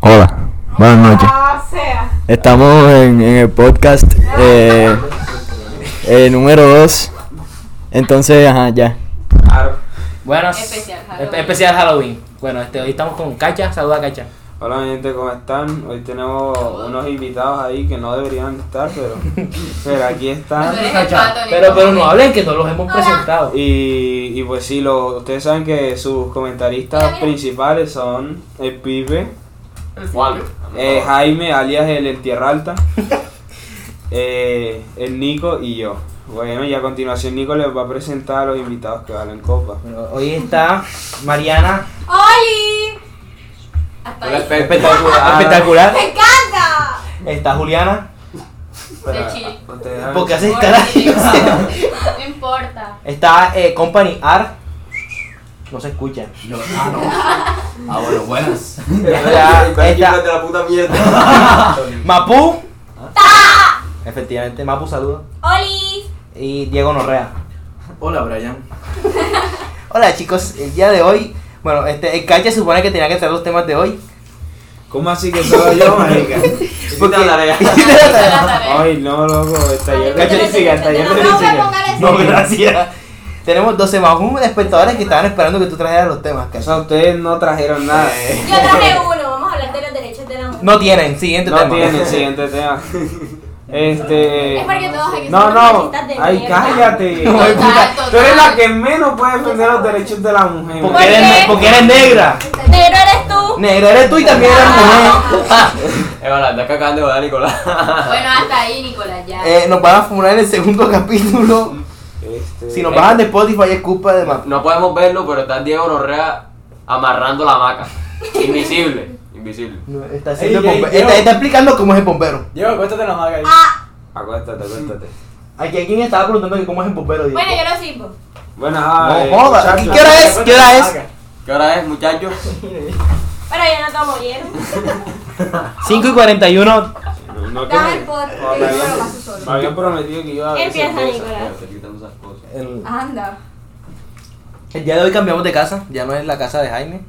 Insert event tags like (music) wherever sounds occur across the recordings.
Hola, buenas noches. Ah, sea. Estamos en, en el podcast eh, eh, número 2. Entonces, ajá, ya. Claro. Bueno, Especial es- Halloween. especial Halloween. Bueno, este, hoy estamos con Cacha. Saluda a Cacha. Hola mi gente, ¿cómo están? Hoy tenemos unos invitados ahí que no deberían estar, pero, pero aquí están. Pero eres el pato, Nico. Pero, pero no hablen que no los hemos presentado. Y, y pues sí, lo, ustedes saben que sus comentaristas principales son el Pipe, eh, Jaime, alias el en Tierra Alta, eh, el Nico y yo. Bueno, y a continuación Nico les va a presentar a los invitados que van en copa. Bueno, hoy está Mariana. ¡Oli! Hasta eh, ahí. Espectacular. (laughs) espectacular. ¡Me encanta! Está Juliana. Pero, De chill. ustedes saben- Porque haces cara. Porque- No importa. (laughs) Está eh, Company Art. No se escucha. Yo, ah, no. Ah, bueno, buenas. Está, está la puta mierda. (laughs) Mapu. ¡Ah! Efectivamente, Mapu saluda. ¡Oli! Y Diego Norrea. Hola, Brian. (laughs) Hola chicos, el día de hoy. Bueno, este, el Cacha supone que tenía que traer los temas de hoy. ¿Cómo así que solo yo, (laughs) marica? Porque- Ay, no, loco, el taller de Cacho, física, el taller de física. No, gracias. Tenemos 12 más un de espectadores que estaban esperando que tú trajeras los temas, O Cacha. sea, ustedes no trajeron nada, eh. Yo traje uno, Ah, vamos a hablar de los derechos de la mujer. No tienen, (laughs) siguiente No tema. (laughs) tienen, siguiente tema. Este. Es porque todos aquí No, somos no. machistas de Ay, mierda. (laughs) cállate. No, es Total, Tú eres la total. que menos puede defender los derechos de la mujer. Porque, marica. eres, qué? ne- porque eres negra. Negro eres tú. Negro eres tú y también eres Ah. mujer. Ah, eh, Bueno, hasta ahí, Nicolás, ya. Eh, nos van a funar en el segundo (laughs) capítulo. Este, Si nos bajan de Spotify es culpa de Mapu. (laughs) No podemos verlo, pero está Diego Norrea amarrando la hamaca. Invisible. Invisible. No, está, haciendo Ey, el ey, bombe- yo- está, está explicando cómo es el bombero. Diego, cuéntate la maga ahí. Acuéstate, acuéstate. Aquí alguien estaba preguntando que cómo es el bombero. Diego. Bueno, yo no sirvo. Bueno, No ajá. eh, jodas, muchachos. ¿y ¿Qué hora es? ¿Qué hora es? ¿Qué hora es, muchachos? Pero yo no tomo hielo. 5 y 41. No, no, que Dame me- el pote, no, yo me lo habían- paso solo. me habían prometido que iba a ver Empieza, cerveza. Nicolás. El, Anda. el día de hoy cambiamos de casa. Ya no es la casa de Jaime.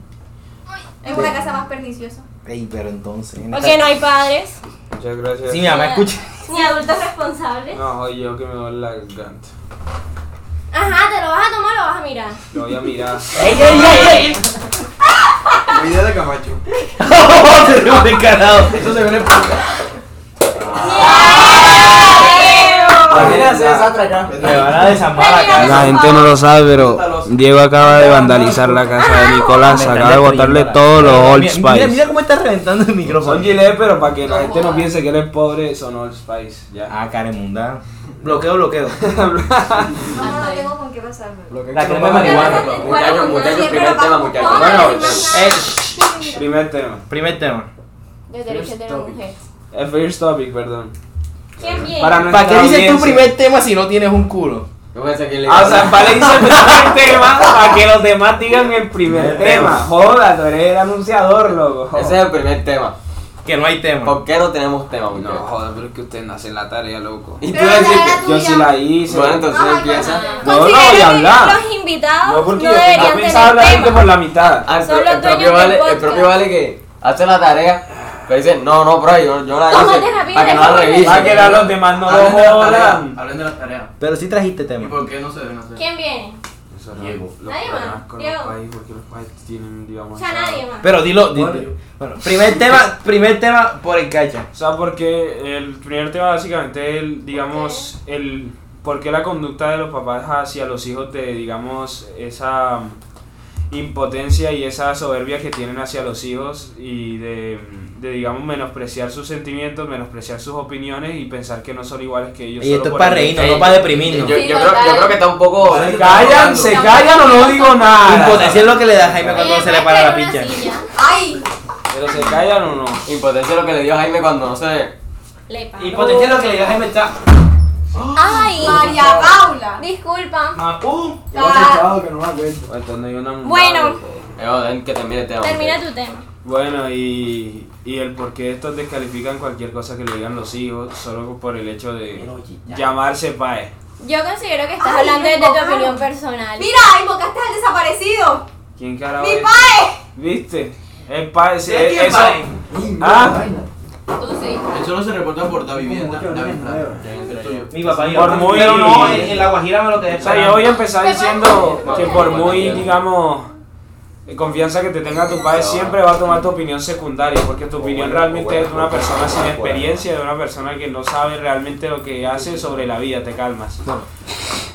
Es una casa más perniciosa. Ey, pero entonces. en Porque esta- no hay padres, Muchas gracias. Sí, mi mamá (laughs) escucha. (laughs) ni adultos responsables. No, oye, yo que me voy la garganta. Ajá, te lo vas a tomar o lo vas a mirar. Lo voy a mirar. (laughs) ¡Ey, ey, ey, ey! Video de Camacho. ¡Se ve un descarado! Eso se ve en el podcast. acá. Me van a desarmar la Ay, casa. no. La gente no lo sabe, pero Diego acaba de vandalizar la casa de Nicolás. Acaba de botarle todos los Old Mira, Mira, mira Spice. cómo está reventando el Son micrófono. Gillette, pero para que la gente no piense que él es pobre, son Old Spice. Ya. Ah, caremunda. Bloqueo, bloqueo. No, no tengo con qué pasarme. La crema de marihuana. Muchachos, muchachos, primer tema, muchachos. Bueno, Eh, Primer tema. primer tema. eh, Los derechos de la mujer. El first topic, perdón. ¿Quién viene? Para ¿Para qué nuestra dices tu audiencia. primer tema si no tienes un culo? Yo pensé que le Ah, o sea, para dice el primer tema, para que los demás digan el primer tema. Joda, tú eres el anunciador, loco. Ese es el primer tema. Que no hay tema. ¿Por qué no tenemos tema, No, muchachos? joda, pero es que ustedes no hacen la tarea, loco. Y tú Pero decís la Yo sí la hice. Bueno, entonces empieza. No, no voy a Considero que hablar. los invitados No, no, porque yo deberían tenía tener pensado hablar gente tema. por la mitad. Ah, el, Son pro- los dueños el propio del vale, el podcast. propio vale que hace la tarea, pero dice, no, no, bro, yo, yo la Tómate hice rápido, para que no la tómate. revise. Para que a los demás no lo Hablen de la tarea. jodan. Hablen de la tarea. Pero sí trajiste ¿Y tema. por qué no se deben hacer? ¿Quién viene? Eso Diego. Los Nadie más, problemas con Diego. los países, porque los países tienen, digamos. O sea, nadie más. Pero dilo. di- di- Bueno, primer tema, primer tema por el cacha. O sea, porque el primer tema básicamente el, digamos, el por qué la conducta de los papás hacia los hijos de, digamos, esa impotencia y esa soberbia que tienen hacia los hijos y de, de, digamos, menospreciar sus sentimientos, menospreciar sus opiniones y pensar que no son iguales que ellos. Y solo esto es por para el- reírnos, Ey, no para deprimirnos. Yo, yo creo, yo creo que está un poco... Se callan, se callan o no digo nada. Impotencia es lo que le da a Jaime cuando Oye, se le ¿puedes para la traer una picha. silla? ¡Ay! Pero se callan o no. Impotencia lo que le dio Jaime cuando no se... Le paro. Impotencia es lo que le da a Jaime está. Ay, María Paula. disculpa. Mapú. que no me acuerdo. Entonces no hay una mujer. Bueno. Eh, que termine el tema. Termina muchachos. tu tema. Bueno, y, y el por qué estos descalifican cualquier cosa que le digan los hijos solo por el hecho de llamarse PAE. Yo considero que estás Ay, hablando desde tu invocaron. opinión personal. Mira, invocaste al desaparecido. ¿Quién carajo ¡Mi es? padre! ¿Viste? El PAE. ¿De eh, quién eso, PAE? Ah, Tú sí. Él solo se reportó por David Vivienda. David Plata. Mi papá y Por yo. muy- Pero no, en, en la Guajira me lo quedé o sea, yo esperando. voy a empezar diciendo que por muy, Bueno, digamos, confianza que te tenga tu padre, siempre va a tomar tu opinión secundaria, porque tu opinión realmente es de una persona sin experiencia, de una persona que no sabe realmente lo que hace sobre la vida, te calmas.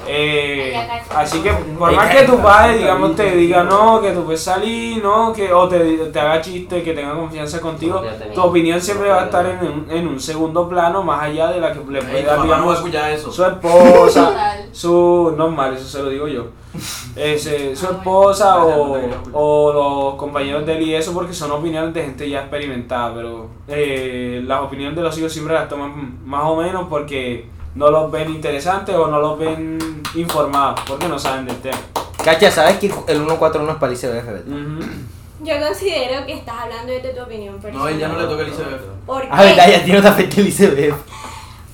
Eh, así que por más que tu padre, digamos, te diga no, que tú puedes salir, no, que o te, te haga chiste, que tenga confianza contigo, tu opinión siempre va a estar en un, en un segundo plano, más allá de la que le puede Ey, tu dar, mamá no va a digamos, escuchar eso. su esposa, Total. su normal, eso se lo digo yo. Ese, su esposa o, o los compañeros de él y eso porque son opiniones de gente ya experimentada, pero eh, las opiniones de los hijos siempre las toman más o menos porque no los ven interesantes o no los ven informados porque no saben del tema. Cacha, ¿sabes que el 141 es para el ICBF? (laughs) Ujú. Yo considero que estás hablando desde tu opinión No, personal. él ya no le toca el ICBF. ¿Por qué? Ah, verdad, ya a ti no te afecta el ICBF.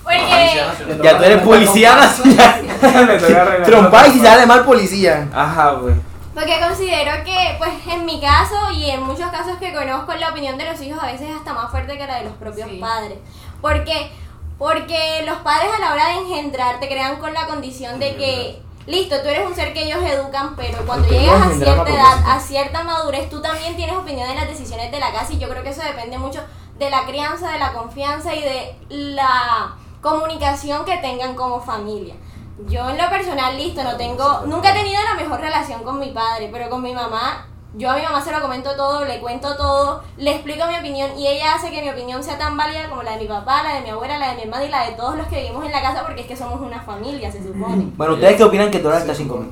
Porque Ya tú eres policía nacional. Le toca arreglar Trompa y si otra sale mal policía. parte. Ajá, pues. Porque considero que, pues en mi caso y en muchos casos que conozco, la opinión de los hijos a veces es hasta más fuerte que la de los propios Sí. padres. ¿Por qué? Porque los padres a la hora de engendrar te crean con la condición de que, listo, tú eres un ser que ellos educan, pero cuando Porque llegas no a engendrar cierta a edad, propósito. a cierta madurez, tú también tienes opinión de las decisiones de la casa y yo creo que eso depende mucho de la crianza, de la confianza y de la comunicación que tengan como familia. Yo en lo personal, listo, no tengo, nunca he tenido la mejor relación con mi padre, pero con mi mamá, yo a mi mamá se lo comento todo, le cuento todo, le explico mi opinión y ella hace que mi opinión sea tan válida como la de mi papá, la de mi abuela, la de mi hermana y la de todos los que vivimos en la casa porque es que somos una familia, se supone. Bueno, ¿ustedes qué opinan que el dólar está 5 mil?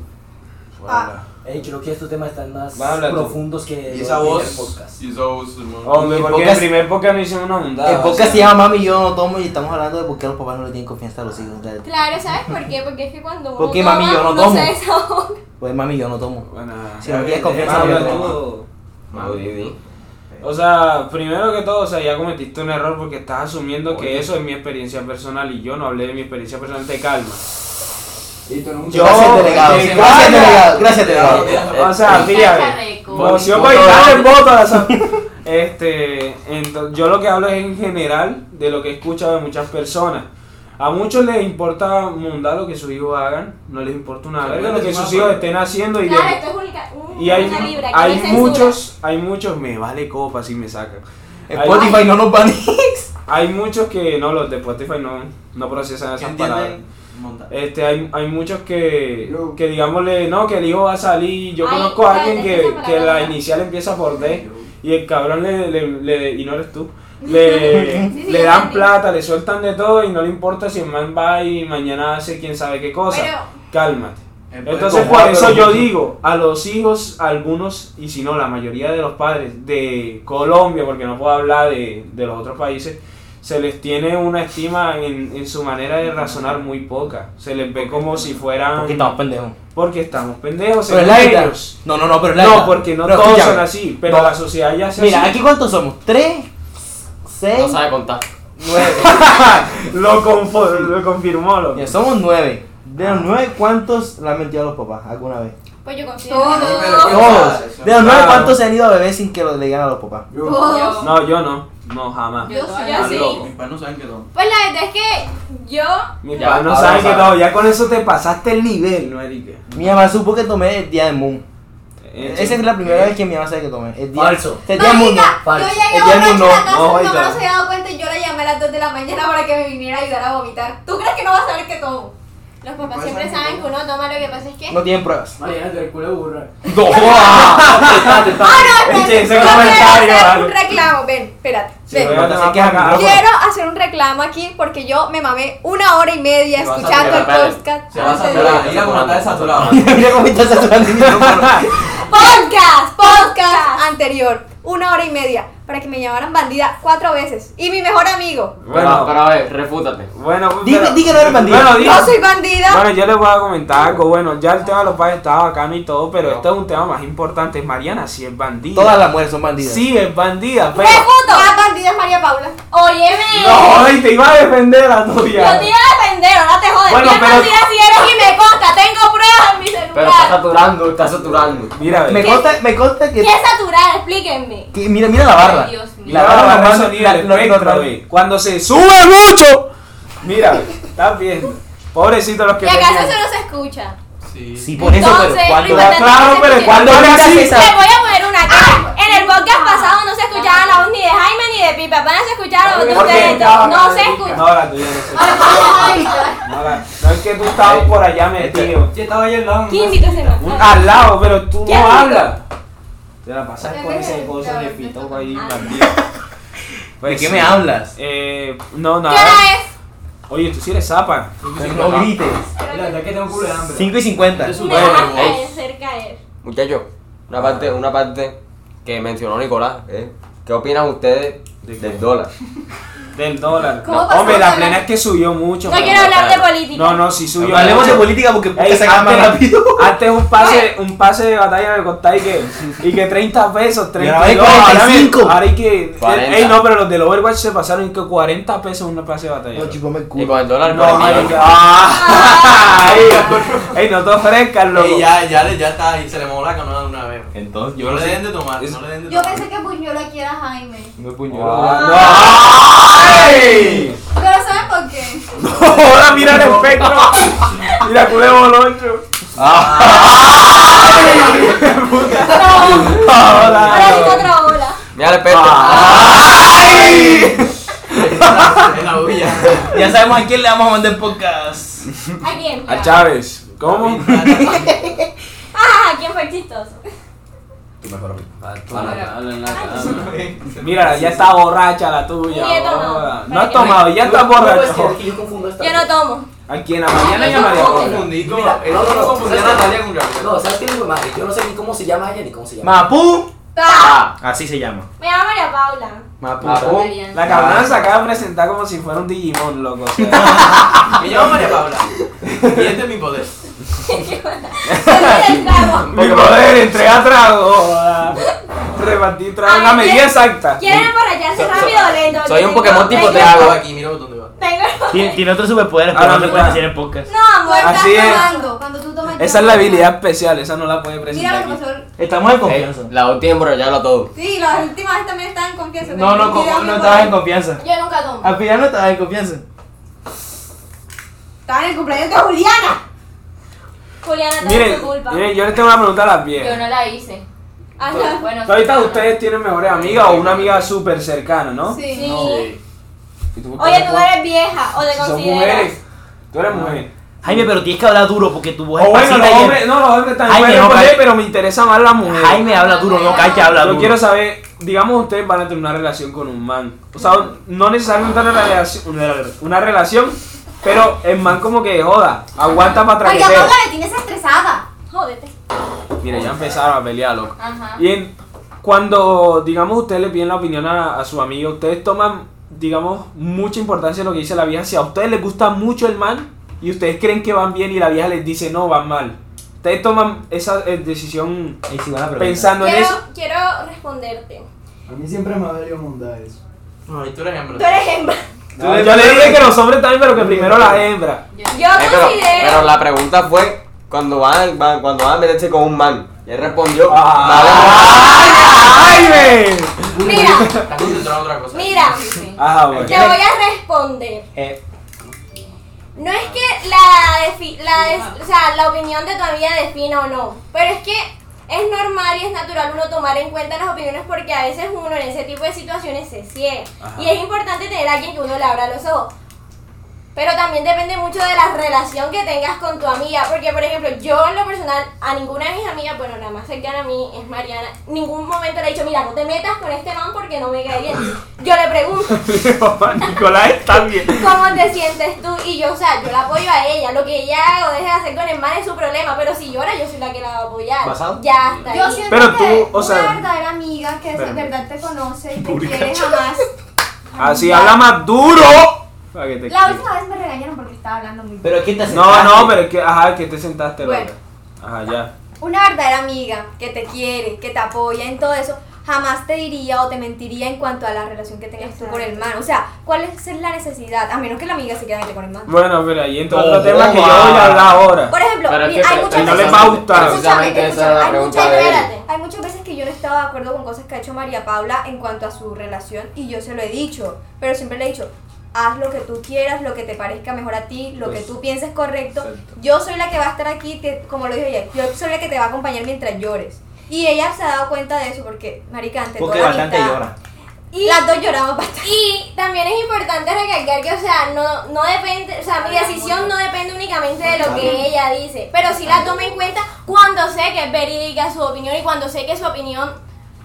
Ah. Ey, creo que estos temas están más Va, habla tú. profundos que Y esa los del voz. podcast. Y esa voz, hermano. Hombre, en porque pocas- el primer podcast no hicimos una mundada. El Ah, o podcast se sea. llama Mami, yo no tomo y estamos hablando de por qué los papás no le tienen confianza a los hijos. Dale. Claro, ¿sabes por qué? Porque es que cuando uno Porque, toma, mami, yo no uno tomo. se (laughs) desahoga. Pues mami, yo no tomo. Bueno, Si no tienes confianza, Pablo, no le tomo. tú- Mau, di, di. O sea, primero que todo, o sea, ya cometiste un error porque estás asumiendo que eso es mi experiencia personal y yo no hablé de mi experiencia personal, te calma. Yo- Gracias, eh, delegado. te Gracias, calma. delegado. Gracias, delegado. O sea, fíjate, Charreco. moción Voto. bailar en voto. o sea, Este, ento- yo lo que hablo es en general de lo que he escuchado de muchas personas. A muchos les importa mundar lo que sus hijos hagan, no les importa una verga lo que sus hijos estén haciendo y Claro, de- esto es única- un- y hay, una libra, aquí no hay censura. muchos, hay muchos, me vale copa si me sacan. Hay- Spotify no nos banea. Hay muchos que no, los de Spotify no, no procesan esas palabras. Este, hay, hay muchos que, que digámosle, no, que el hijo va a salir. Yo Ay, conozco a alguien espérate, que, esa que la palabra. inicial empieza por D y el cabrón le, le, le- y no (laughs) eres tú, le, Sí, sí, le yo dan entendí. plata, le sueltan de todo y no le importa si el man va y mañana hace quién sabe qué cosa. Pero- Cálmate. Entonces, por eso yo digo, a los hijos, algunos, y si no, la mayoría de los padres de Colombia, porque no puedo hablar de, de los otros países, se les tiene una estima en, en su manera de razonar muy poca. Se les ve como si fueran... Porque estamos pendejos. Porque estamos pendejos, Pero es según la verdad. ellos. No, no, no, pero es la No, verdad. porque no Pero todos escúchame. son así, pero No. la sociedad ya se Mira, así. aquí cuántos somos? ¿Tres? No ¿Seis? sabe contar. Nueve. Lo, confo- lo confirmó. Lo Ya somos nueve. De los nueve, ¿cuántos le han mentido a los papás alguna vez? Pues yo confío en Todos. ti. Todos. De los nueve, Claro. ¿cuántos se han ido a beber sin que lo le digan a los papás? Todos. No, yo no. No, jamás. Yo soy Ah, así. loco. Mis padres no saben que todo. Pues la verdad es que yo Mi Ya, papá no ahora sabe que sabe. todo. Ya con eso te pasaste el nivel, no, Erika. Mi mamá supo que tomé el día del Moon. Eh, Esa es la primera vez que mi mamá sabe que tomé. El día, Falso. El día del Moon. no. Marica, Falso. yo llegué El día del borracho mundo, a la casa, no, no, me oiga. lo había dado cuenta y yo la llamé a las 2 de la mañana para que me viniera a ayudar a vomitar. ¿Tú crees que no vas a saber que tomo? Los papás siempre saben que uno toma, lo que pasa es que... No tienen pruebas. Mariana, te culo de burra. ¡No! ¡Ah, no! Este, Eche ese no comentario, quiero hacer vale. un reclamo. Ven, espérate, Sí, ven. bueno, te así va que a es mi pagar. micrófono. Quiero hacer un reclamo aquí porque yo me mamé una hora y media Te vas a escuchando el hacer la pele. podcast. Se va a antes de- saturar. Ella como está desaturada. (laughs) Mira cómo está saturando el micrófono. Podcast, podcast anterior. Una hora y media para que me llamaran bandida cuatro veces. Y mi mejor amigo. Pero, pero Bueno, a ver, refútate. bueno. Dime- pero- di que no eres bandido. Bueno, di- No soy bandida. Bueno, yo les voy a comentar algo. Bueno, ya el tema de los padres estaba bacano y todo, pero este es un tema más importante. Mariana sí es bandida. Todas las mujeres son bandidas. Sí es bandida, pero... puto! La bandida es María Paula. Óyeme. No, y te iba a defender a tuya. Yo te iba a defender, ahora te jodes. Bueno, Bien pero- bandida si eres y me consta, tengo pruebas en mi Pero está celular. saturando, está saturando. Mira, ve. Me consta, me consta que, ¿Qué es saturar? Explíquenme. que- Mira, mira la barra. Dios Mira, La- la, la- más sonido del la- espectro, la- güey. Cuando se sube mucho. Mira, estás viendo. Pobrecito los que Y acaso tenían. eso no se escucha. Sí. Sí, por eso, pero Entonces, cuando... lo importante Claro, es que pero se cuando escuche. hablas así, Te voy a poner una cara. En el podcast pasado no se escuchaba la voz ni de Jaime ni de Pipa. Van a escuchar la voz de ¿Por qué? ustedes dos. No se escucha. No, la tuya no se No, la- no es que tú estabas por allá metido. Yo estaba ahí al lado. ¿Quién invitó ese man? Un- al lado, pero tú ¿Quién no dijo? hablas. Te la pasas ¿Quién con dijo? ese gozo de Ah, pitoco ahí, ah. bandido. ¿De Pues qué sí. me hablas? Eh, no, ¿Qué nada. hora es? Oye, tú sí eres zapa. No grites. La verdad que tengo culo de hambre. 5 y 50. Yo soy- Me Bueno, dejaste ey. caer, hacer caer. Muchachos, una parte, una parte que mencionó Nicolás, ¿eh? ¿Qué opinan ustedes ¿De qué? del dólar? Del dólar. ¿Cómo No, pasó hombre, el la dólar? plena es que subió mucho. No mano. quiero hablar de política. No, no, sí subió. Hablemos de mucho. política porque Ey, porque se acaba más antes, rápido. antes un pase, un pase de batalla me costaba y que, y que 30 pesos, 30 ahora hay no, ahora 45. me- Ahora hay que. 40. Ey, no, pero los del Overwatch se pasaron y que 40 pesos un pase de batalla. No, chupame el Y culo. (laughs) con el dólar No, por el marica. millón. Ah, ey, ey, no te ofrezcas, loco. Ey, Eh, ya, ya, le- ya está ahí, se le mojó la canola de una vez. Entonces, No le den de tomar, Es- no le den de Yo tomar. pensé que Buñuelo aquí era Jaime. Me Ah, puñaló. no. Ay. Pero ¿saben por qué? Ahora mira el espectro. Mira, culé boloncho. Ahora sí Hola. otra ola. Mira el espectro. Ah. Es la bulla. Ya sabemos a quién le vamos a mandar podcast. ¿A quién? A Chávez. ¿Cómo? Ah, ¿quién fue el chistoso? Mira, ya está borracha la tuya. Ni he tomado. joda. No has tomado, ya está borracha. No, es que yo confundo esta. Yo no tomo. Aquí en la mañana Yo llamaría. tampoco. Paula. Confundí con. Mira, No, no, no confundí a ¿sabes qué? Natalia con Gabriel. No, ¿sabes qué es madre? Yo no sé ni cómo se llama ella ni cómo se llama. Mapu. Ta. Ah. Así se llama. Ah, Me llamo María Paula. Mapu. Mapu. La cabrona se acaba de presentar como si fuera un Digimon, loco. o sea. Me llamo María Paula. Y este es mi poder. (laughs) Soy del trago. (laughs) Mi poder, entrega trago. joda. Repartir trago. Una Ay, medida ¿quién- exacta. ¿Quieren emborracharse rápido o lento? soy Yo un tengo- Pokémon tipo tengo- te hago. Estaba aquí, mira por dónde va. Tengo. (laughs) Tiene, tiene otros superpoderes, pero Ahora no se mira. pueden decir en podcast. No, Tú amor. estás Así es. tomando, Cuando tú tomas Esa es la champán. habilidad especial, esa no la puede Mira presentar. lo que aquí. pasó. Estamos en Eh, La última emborracharlo a todo. Sí, la última vez también estaba en confianza. No, Tenía no, como- mi no poder. estabas en confianza. Yo nunca tomo. Al final no estabas en confianza. Estaba en el cumpleaños de Juliana. Juliana, tengo Miren, tu culpa. miren, yo les tengo una pregunta a las Yo viejas. no la hice. Ajá. Bueno, Ahorita ustedes tienen mejores amigas o una amiga súper cercana, ¿no? Sí. Sí. Y tú, Oye, tú eres vieja o te Son consideras. mujeres. Tú eres mujer. Jaime, pero tienes que hablar duro porque tu voz es O Oh, bueno, pasita los y- hombres, no, los hombres también Jaime, pueden no, poner, Jaime. pero me interesa más la mujer. Jaime habla duro, no calla, habla Yo duro. quiero saber, digamos ustedes van a tener una relación con un man. O sea, no necesariamente una relación, una, una relación, pero el man como que joda, aguanta para Oiga, traquetear. Paula, me tienes estresada. Jódete. Mira, ya empezaron a pelear, loco. Ajá. Y en- cuando, digamos, ustedes le piden la opinión a, a su amigo, ustedes toman, digamos, mucha importancia en lo que dice la vieja. Si a ustedes les gusta mucho el man y ustedes creen que van bien y la vieja les dice no, van mal. Ustedes toman esa eh, decisión Ahí sí, buena pregunta. pensando en Quiero, eso. quiero responderte. A mí siempre me ha valido monda eso. Ay, tú eres hembra. Tú eres hembra. Yo le dije que los hombres también, pero que primero la hembra. Yo Eh, pero, pero considero. la pregunta fue cuando van, van- cuando van a meterse con un man. Y él respondió. Ah, ¡Ay, Jaime! Mira, Estás concentrado en otra cosa. mira. Ajá, bueno. Te voy a responder. (laughs) Eh, No es que la, defi- la des- o sea, la opinión de tu amiga defina o no, pero es que es normal y es natural uno tomar en cuenta las opiniones porque a veces uno en ese tipo de situaciones se ciega y es importante tener a alguien que uno le abra los ojos. Pero también depende mucho de la relación que tengas con tu amiga, porque por ejemplo, yo en lo personal a ninguna de mis amigas, bueno, la más cercana a mí es Mariana, en ningún momento le he dicho, mira, no te metas con este man porque no me cae bien. Yo le pregunto, Nicolás está bien. ¿Cómo te sientes tú? Y yo, o sea, yo la apoyo a ella. Lo que ella haga o deje de hacer con el mal es su problema. Pero si llora, yo soy la que la va a apoyar. ¿Basado? Ya está. Yo ahí. siento Pero que tú, o sea- una verdadera amiga que de verdad te conoce y te quiere jamás. Así habla más duro. Para que te La escuche. última vez me regañaron porque estaba hablando muy pero aquí te No, sentaste. no, pero es que, ajá, que te sentaste, Bueno. loca. Ajá, ya. Una verdadera amiga que te quiere, que te apoya en todo eso, jamás te diría o te mentiría en cuanto a la relación que tengas tú con el man. O sea, ¿cuál es la necesidad? A menos que la amiga se quede con el man. Bueno, pero ahí entra No, otro tema que yo joda. voy a hablar ahora. Por ejemplo, Pero es mi- que hay pre- muchas no le veces- va a gustar. Escúchame, Precisamente esa escúchame, era la hay pregunta muchas- de él. espérate. hay muchas veces que yo no estado de acuerdo con cosas que ha hecho María Paula en cuanto a su relación y yo se lo he dicho, pero siempre le he dicho, haz lo que tú quieras, lo que te parezca mejor a ti, lo que Pues, tú pienses correcto. exacto. Yo soy la que va a estar aquí, te- como lo dijo ella, yo soy la que te va a acompañar mientras llores. Y ella se ha dado cuenta de eso porque, marica, ante Porque toda bastante amistad, llora. Y- Las dos lloramos bastante. Y también es importante recalcar que, o sea, no, no depende, o sea, mi decisión no depende únicamente de lo que ella dice, pero sí la tomo en cuenta cuando sé que es verídica su opinión y cuando sé que su opinión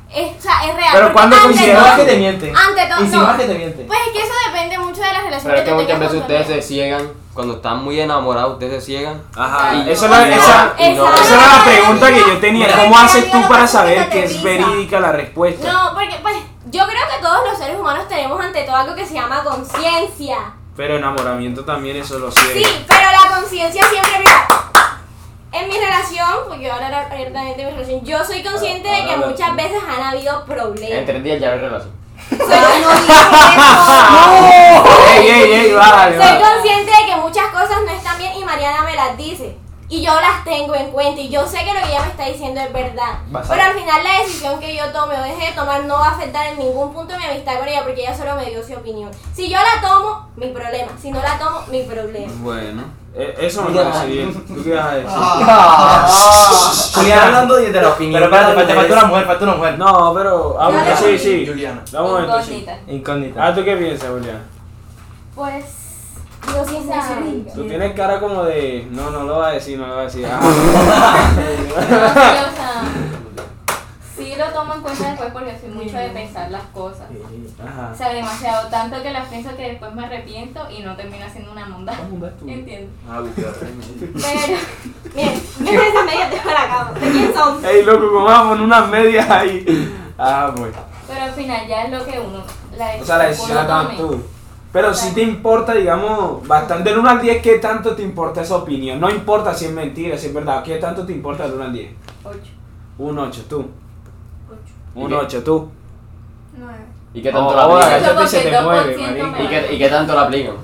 es, o sea, es real. Pero Porque cuando ante consideras todo- que te mienten. Ante todo, Y si más no. que te mienten. Pues es que eso depende mucho de la relación Pero es que que tú muchas tengas veces con tu ustedes se amigo. ciegan, cuando están muy enamorados, ustedes se ciegan. Ajá, Y- esa es la, y no- esa, y no- esa era la pregunta que yo tenía. Mira, ¿Cómo haces tú mira, para mira, saber mira, que es mira. verídica la respuesta? No, porque pues yo creo que todos los seres humanos tenemos ante todo algo que se llama conciencia. Pero enamoramiento también eso lo Sí, ciega. pero la conciencia siempre, mira, en mi relación, porque yo ahora hablo abiertamente de mi relación, yo soy consciente de que Ahora habla. muchas veces han habido problemas. En tres días ya no hay relación. Soy, (laughs) soy ¡Ey, ey, ey! Vale, vale. consciente de que muchas cosas no están bien y Mariana me las dice. Y yo las tengo en cuenta y yo sé que lo que ella me está diciendo es verdad. Basado. Pero al final la decisión que yo tome o deje de tomar no va a afectar en ningún punto mi amistad con ella porque ella solo me dio su opinión. Si yo la tomo, mi problema. Si no la tomo, mi problema. Bueno, e- eso me parece bien. Ah. ¿Tú qué vas a decir? Juliana, hablando de, de la opinión. Pero espérate, de las falta, falta una mujeres. mujer, falta una mujer. No, pero. Ah, bueno, Juliana. sí, sí. Juliana. Da (laughs) un momento, sí. Incógnita. Incógnita. Ah, ¿tú qué piensas, Julián? Pues yo sí sé. Tú tienes cara como de. No, no lo va a decir, no lo va a decir. Ah, Pues No, sí, o sea, (laughs) sí lo tomo en cuenta después porque soy mucho de pensar las cosas. O ajá. sea, demasiado, tanto que las pienso que después me arrepiento y no termino haciendo una monda. Entiendo. Ah, Pero, miren, miren esa media tengo la cama. ¿De quién son? Ey, loco, ¿cómo vamos a poner unas medias ahí? Ah, pues. Pero al final ya es lo que uno. La O sea, la decisión que decisión la uno tomas tome. tú. Pero si te importa, digamos, bastante. Del 1 al 10, ¿qué tanto te importa esa opinión? No importa si es mentira, si es verdad. ¿Qué tanto te importa del 1 al 10? Ocho. Un 8, tú. Un ¿Y qué? 8, tú. ¿Y qué tanto Oh, la ahora, Yo aplican? esa a ti porque se el te mueve, 2% marica. me ¿Y va. qué, y qué tanto la aplican?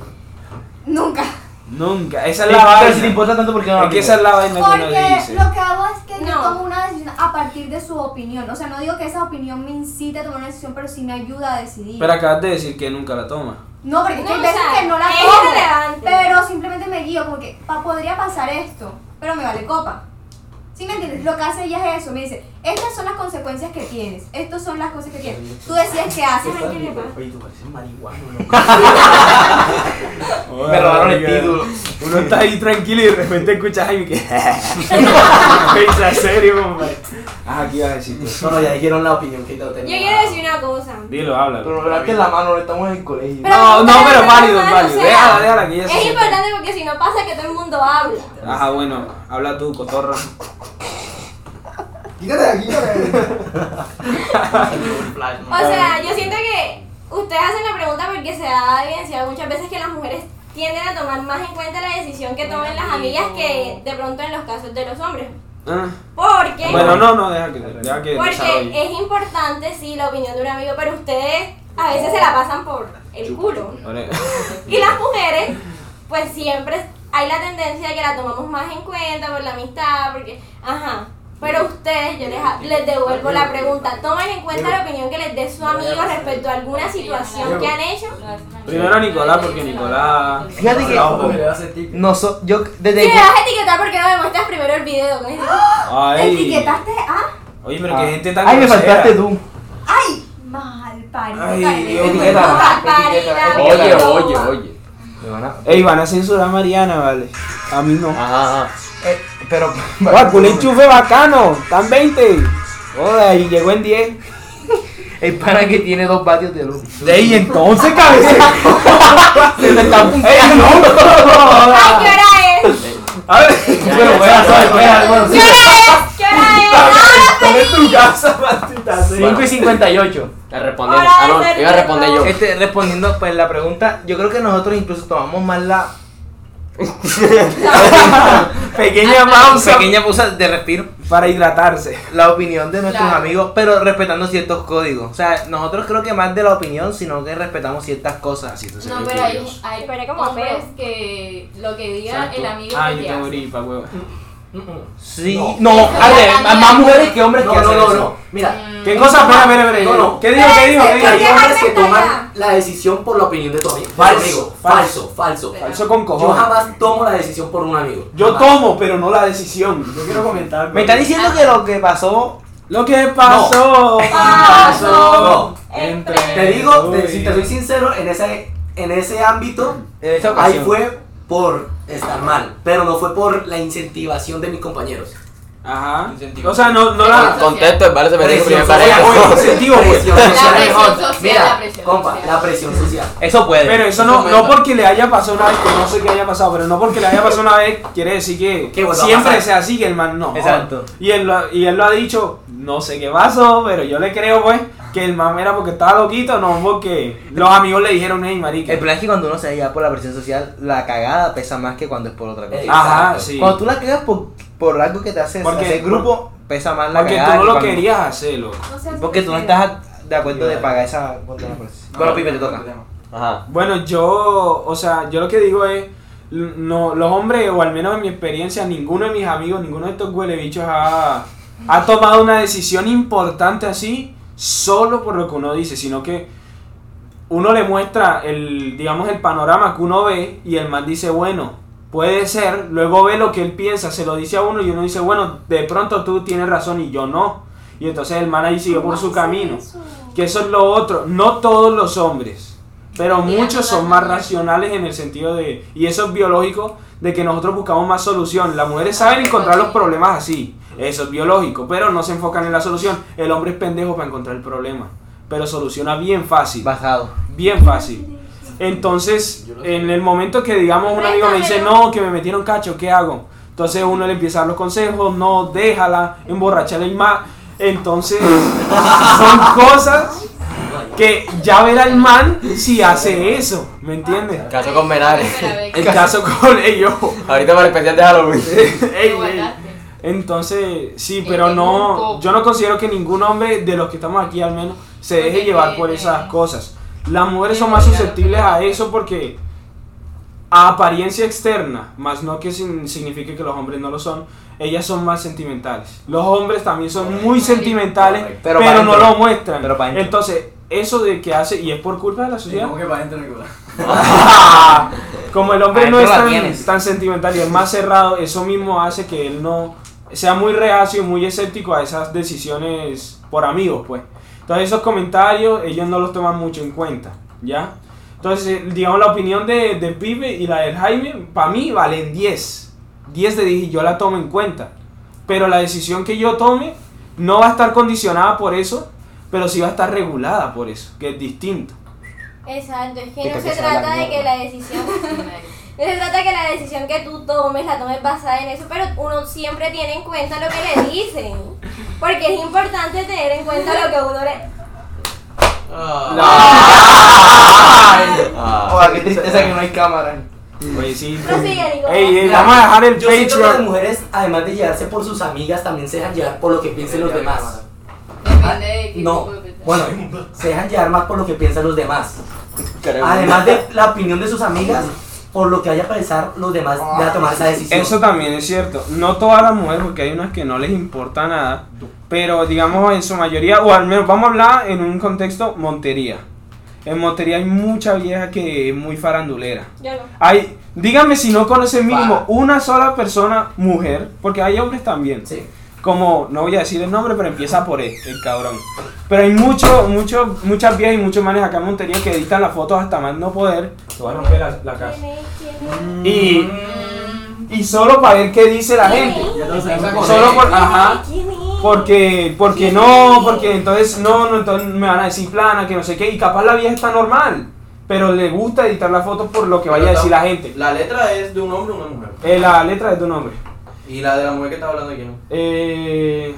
Nunca. Nunca. Esa es la Pero si te vaina. importa tanto, ¿por qué no la Es que esa es aplicas? la vaina que uno le Porque dice. lo que hago es que yo No. tomo una decisión a partir de su opinión. O sea, no digo que esa opinión me incite a tomar una decisión, pero sí me ayuda a decidir. Pero acabas de decir que nunca la tomas. no, porque es que No, hay o veces sea, que no la es tomo. irrelevante. Pero simplemente me guío, como que pa- podría pasar esto, pero me vale copa. ¿Sí me entiendes? Lo que hace ella es eso. Me dice, estas son las consecuencias que tienes. Estas son las cosas que tienes. Tú decides qué haces. Ay, ¿qué le pasa? Oye, tú pareces marihuana. (laughs) Me robaron el título. Uno está ahí tranquilo y de repente escuchas a Jaime (laughs) que. Pensa serio, compadre. Ah, aquí vas a decir. tú. No, no, ya dijeron la opinión que yo Yo tenía. quiero decir una cosa. Dilo, háblalo. Pero levante la mano, no estamos en el colegio. Pero- No, no, pero pero es válido, es no, válido. o sea, Déjala, déjala que ella se Es sienta. importante porque si no pasa que todo el mundo habla. Ajá, bueno, habla tú, cotorra. Quítate de aquí, (laughs) quítate. Ah. O sea, yo siento que ustedes hacen la pregunta porque se ha evidenciado muchas veces que las mujeres tienden a tomar más en cuenta la decisión que tomen las amigas que de pronto en los casos de los hombres. Ah, Porque Bueno, no, no, deja que, deja que desarrolle. Porque es importante, sí, la opinión de un amigo, pero ustedes a veces se la pasan por el culo. Vale. Y las mujeres, pues siempre hay la tendencia de que la tomamos más en cuenta por la amistad, porque, ajá. Pero ustedes, yo les, ha- les devuelvo la pregunta, tomen en cuenta la opinión que les dé su amigo respecto a alguna situación que han hecho. (laughs) Primero a Nicolás, porque Nicolás. Fíjate que- Ojo, me le vas a hacer tic. No so, yo Si desde me vas a etiquetar porque no me muestras primero el video. ¿no? Ah. Ay. ¿Etiquetaste a? Oye, pero qué gente tan. Ah. Ay, me grosera. faltaste tú. ¡Ay! Mal parido. Ay, Karen, Dios, eres etiqueta, una etiqueta, barbaridad. Oye, oye, oye. Me van a- Ey, van a censurar a Mariana, vale. A mí no. Ajá, ajá. Eh, pero. Ah, con un enchufe bacano, están 20. Hola, y llegó en 10. (laughs) El pana que tiene dos vatios de luz. Ey, entonces, (laughs) cabeza. Se me está Ey, no. Ay, ¿qué hora es? A ver, pero (laughs) bueno, ¿Qué hora es? ¿Qué hora es? Ah, en tu casa, maldita sea. 5 y 58. La respondiendo. Hola, Ah, no, Sergio. iba a responder yo. Este, respondiendo pues la pregunta, yo creo que nosotros incluso tomamos más la Pequeña pausa pequeña pausa de respiro, para hidratarse. la opinión de nuestros Claro. amigos, pero respetando ciertos códigos. O sea, nosotros creo que más de la opinión, sino que respetamos ciertas cosas. No, pero hay, hay Pero como hombres feo. que lo que diga Exacto. el amigo Ah, que yo te te hace. morí, pa' huevo. Sí, no, a ver, más mujeres que hombres que No, no, hacen no, eso. no. Mira. ¿Qué cosa? Espera, espera, espera. No, no. ¿Qué dijo? ¿Qué dijo? ¿Qué Hay dijo? hombres que toman la decisión por la opinión de tu amigo. Falso, Tu amigo. falso. Falso, falso. Falso con Yo cojones. jamás tomo la decisión por un amigo. Yo Jamás. tomo, pero no la decisión. Yo quiero comentar. Me está diciendo que lo que pasó. Lo que pasó. Ah, Ah, No. Entre Te digo, te- tú si y- te soy sincero, en ese, en ese ámbito, En esa ocasión. ahí fue por estar mal, pero no fue por la incentivación de mis compañeros. Ajá. Incentivo. O sea, no, no Ah, la. Contexto, vale, se me dijo Presión primero. social. pareja. Oye, incentivo, (laughs) pues. Presión La social. presión social, Mira, la presión compa, social. la presión social. Eso puede. Pero eso no, no porque le haya pasado una vez, que no sé qué haya pasado, pero no porque le haya pasado una vez quiere (laughs) decir que, Que vuelva a siempre pasar. sea así, que el man no. Exacto. Y él, lo, y él lo ha dicho, no sé qué pasó, pero yo le creo pues que el man era porque estaba loquito, no (laughs) porque los amigos le dijeron, hey, marica. El plan es que cuando uno se da por la presión social, la cagada pesa más que cuando es por otra cosa. Ey, Ajá, exacto. sí. Cuando tú la cagas por, por algo que te hace Porque- hacer grupo, pesa más la Porque tú cagada. no que lo cuando- querías hacer, loco. No seas Porque tú no grosero. estás de acuerdo de pagar esa contra la presión. Bueno, Pipe, te toca. Ajá. Bueno, yo, o sea, yo lo que digo es, l- no, los hombres, o al menos en mi experiencia, ninguno de mis amigos, ninguno de estos huelebichos ha, ha tomado una decisión importante así solo por lo que uno dice, sino que uno le muestra el, digamos, el panorama que uno ve y el man dice, bueno, puede ser, luego ve lo que él piensa, se lo dice a uno y uno dice, bueno, de pronto tú tienes razón y yo no. Y entonces el man ahí sigue por su camino. Que eso es lo otro. No todos los hombres, pero Mira, muchos son totalmente. más racionales en el sentido de, y eso es biológico, de que nosotros buscamos más solución. Las mujeres saben encontrar los problemas así. Eso es biológico, pero no se enfocan en la solución. El hombre es pendejo para encontrar el problema, pero soluciona bien fácil. Basado. Bien fácil. Entonces, en el momento que digamos un amigo me dice, no, que me metieron cacho, ¿qué hago? Entonces uno le empieza a dar los consejos, no, déjala, emborrachala y más. Entonces, son cosas que ya verá el man si hace eso, ¿me entiendes? Caso con Menares. El caso con ellos. Ahorita para el especial de Halloween. (laughs) Ey, ey. Entonces, sí, pero no, yo no considero que ningún hombre de los que estamos aquí al menos se deje llevar por esas cosas. Las mujeres son más susceptibles a eso porque a apariencia externa, más no que sin- signifique que los hombres no lo son, ellas son más sentimentales. Los hombres también son muy sentimentales, Correcto. pero, Pero para no dentro. lo muestran. Pero para dentro. Entonces, eso de que hace, y es por culpa de la sociedad, que para adentro, Nicolás? (laughs) como el hombre no Adentro es Ah, la tan, tienes. tan sentimental y es más cerrado, eso mismo hace que él no sea muy reacio y muy escéptico a esas decisiones por amigos, pues. Entonces esos comentarios ellos no los toman mucho en cuenta, ¿ya? Entonces, eh, digamos, la opinión de, de Pipe y la del Jaime, para mí valen 10. 10 de 10 y yo la tomo en cuenta. Pero la decisión que yo tome no va a estar condicionada por eso, pero sí va a estar regulada por eso, que es distinto. Exacto, es que Esto no que se se va a la trata de que mierda. la (laughs) decisión No se trata que la decisión que tú tomes la tomes basada en eso, pero uno siempre tiene en cuenta lo que le dicen. Porque es importante tener en cuenta lo que uno le. (laughs) Ah. qué tristeza que no hay cámara. Oye, sí. Prosigue, Nicolás. Ey, ey, Mira, vamos a (laughs) dejar el pues. Yo siento que las Patreon. mujeres, además de llevarse por sus amigas, también se dejan llevar por lo que piensen los demás. Depende de qué No, tipo de Ah, persona. bueno, se dejan llevar más por lo que piensan los demás. Creo. Además de la opinión de sus amigas, por lo que haya a pensar los demás de a tomar esa decisión. Eso también es cierto. No todas las mujeres, porque hay unas que no les importa nada, pero digamos en su mayoría, o al menos vamos a hablar en un contexto Montería. En Montería hay mucha vieja que es muy farandulera. Yo no. Hay, díganme si no conocen mínimo una sola persona mujer, porque hay hombres también. Sí. Como, no voy a decir el nombre, pero empieza por E, el cabrón. Pero hay mucho, mucho, muchas viejas y muchos manes acá en Montería que editan las fotos hasta más no poder. Te voy a romper la, la casa. ¿Quién es? ¿Quién es? Y, y solo para ver qué dice la ¿Quién es? gente. Ya todos sabemos Solo que- por- ajá. ¿Quién es? Eh, Porque, porque no, porque entonces no, no, entonces me van a decir plana, que no sé qué, y capaz la vieja está normal, pero le gusta editar las fotos por lo que vaya a decir la gente. La letra es de un hombre o una mujer. Eh, la letra de tu nombre. Y la de la mujer que está hablando aquí, ¿no? Eh,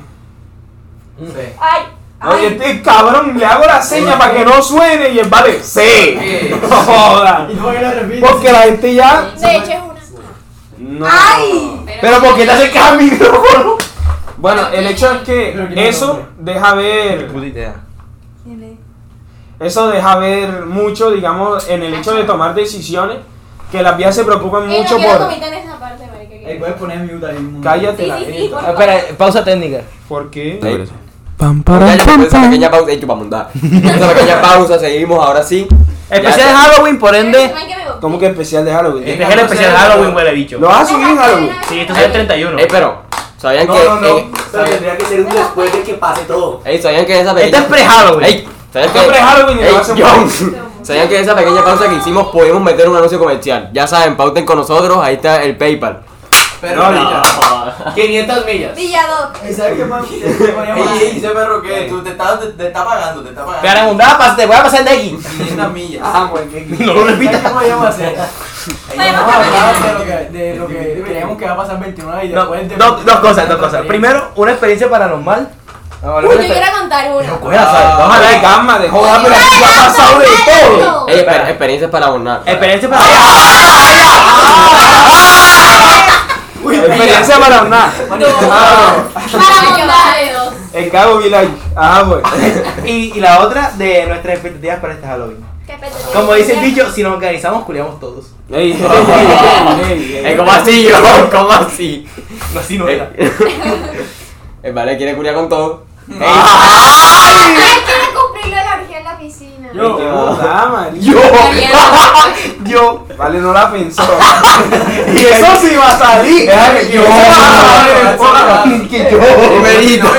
Sí. Ay, oye, ay. este cabrón, le hago la seña para que no suene y el vale, sí. Eh, (laughs) No (laughs) joda. ¿Y por qué lo repites? Porque la gente ya... De hecho, es una. No. ¡Ay! Pero porque te hace cada micrófono. Bueno, el hecho es que eso deja ver... Puta idea. Eso deja ver mucho, digamos, en el hecho de tomar decisiones, que las vías se preocupan Ey, mucho no quiero por... comentar esa parte, marica, que Ahí pues, puedes poner mute ahí. un- Cállate Sí, la sí, sí, jeta. por favor. Ah, Espera, eh, pausa técnica. ¿Por qué? Pam, para, Esa pequeña pausa, hecho, vamos a Esa pequeña pausa, seguimos ahora sí. Especial Ya de sé. Halloween, por ende. Ven que me voy. ¿Cómo que especial de Halloween? Eh, Este es el especial de Halloween, huele bicho. ¿Lo vas a subir en Halloween? Sí, esto es el 31. Ey, pero, ¿sabían No, que.? no, no. eh, Pero tendría que ser un después de que pase todo. Ey, ¿sabían que esa Este pequeña. es pre-Halloween. Ey, ¿sabían que. Esto es pre-Halloween y Ey, lo hacen John, (laughs) ¿sabían que esa pequeña pausa que hicimos podemos meter un anuncio comercial? Ya saben, pauten con nosotros, ahí está el PayPal. Pero ahorita. 500 millas. Villador. ¿Y sabes qué más? Oye, ese perro que tú te estás te, te está pagando, te está Te haré pagando. un dapa, te voy a pasar de aquí. 500 millas. Ah, pues, ¿qué- qué- No lo repitas. ¿Cómo vamos a hacer? Bueno, Vamos a hablar también- de lo que- de lo que creíamos que va a pasar 21 y No, después de- dos, dos cosas, dos cosas. Primero, una experiencia paranormal. No, Uy, yo quiero contar una. Vamos a la Ah, cama de joda, pero aquí va a pasar de todo. Ey, Espera. exper- experiencias para abonar. Experiencia paranormal. Ah. Experiencia para nada. Ah, Para montar. El cabo Vilay. Ajá, pues. Y, y la otra de nuestras expectativas para este Halloween. Como dice el dicho, si nos organizamos, culiamos todos. Ey, ey, ey, ey. Ey, ¿cómo así, John? ¿Cómo así? No, así no era. Ey. El vale quiere culiar con todo. Ey, Ay, quiere cumplirlo la orgía en la piscina. Yo, puta, marica. yo. Yo. Vale, no la pensó. Y eso sí va a salir. Déjame que yo. Que yo.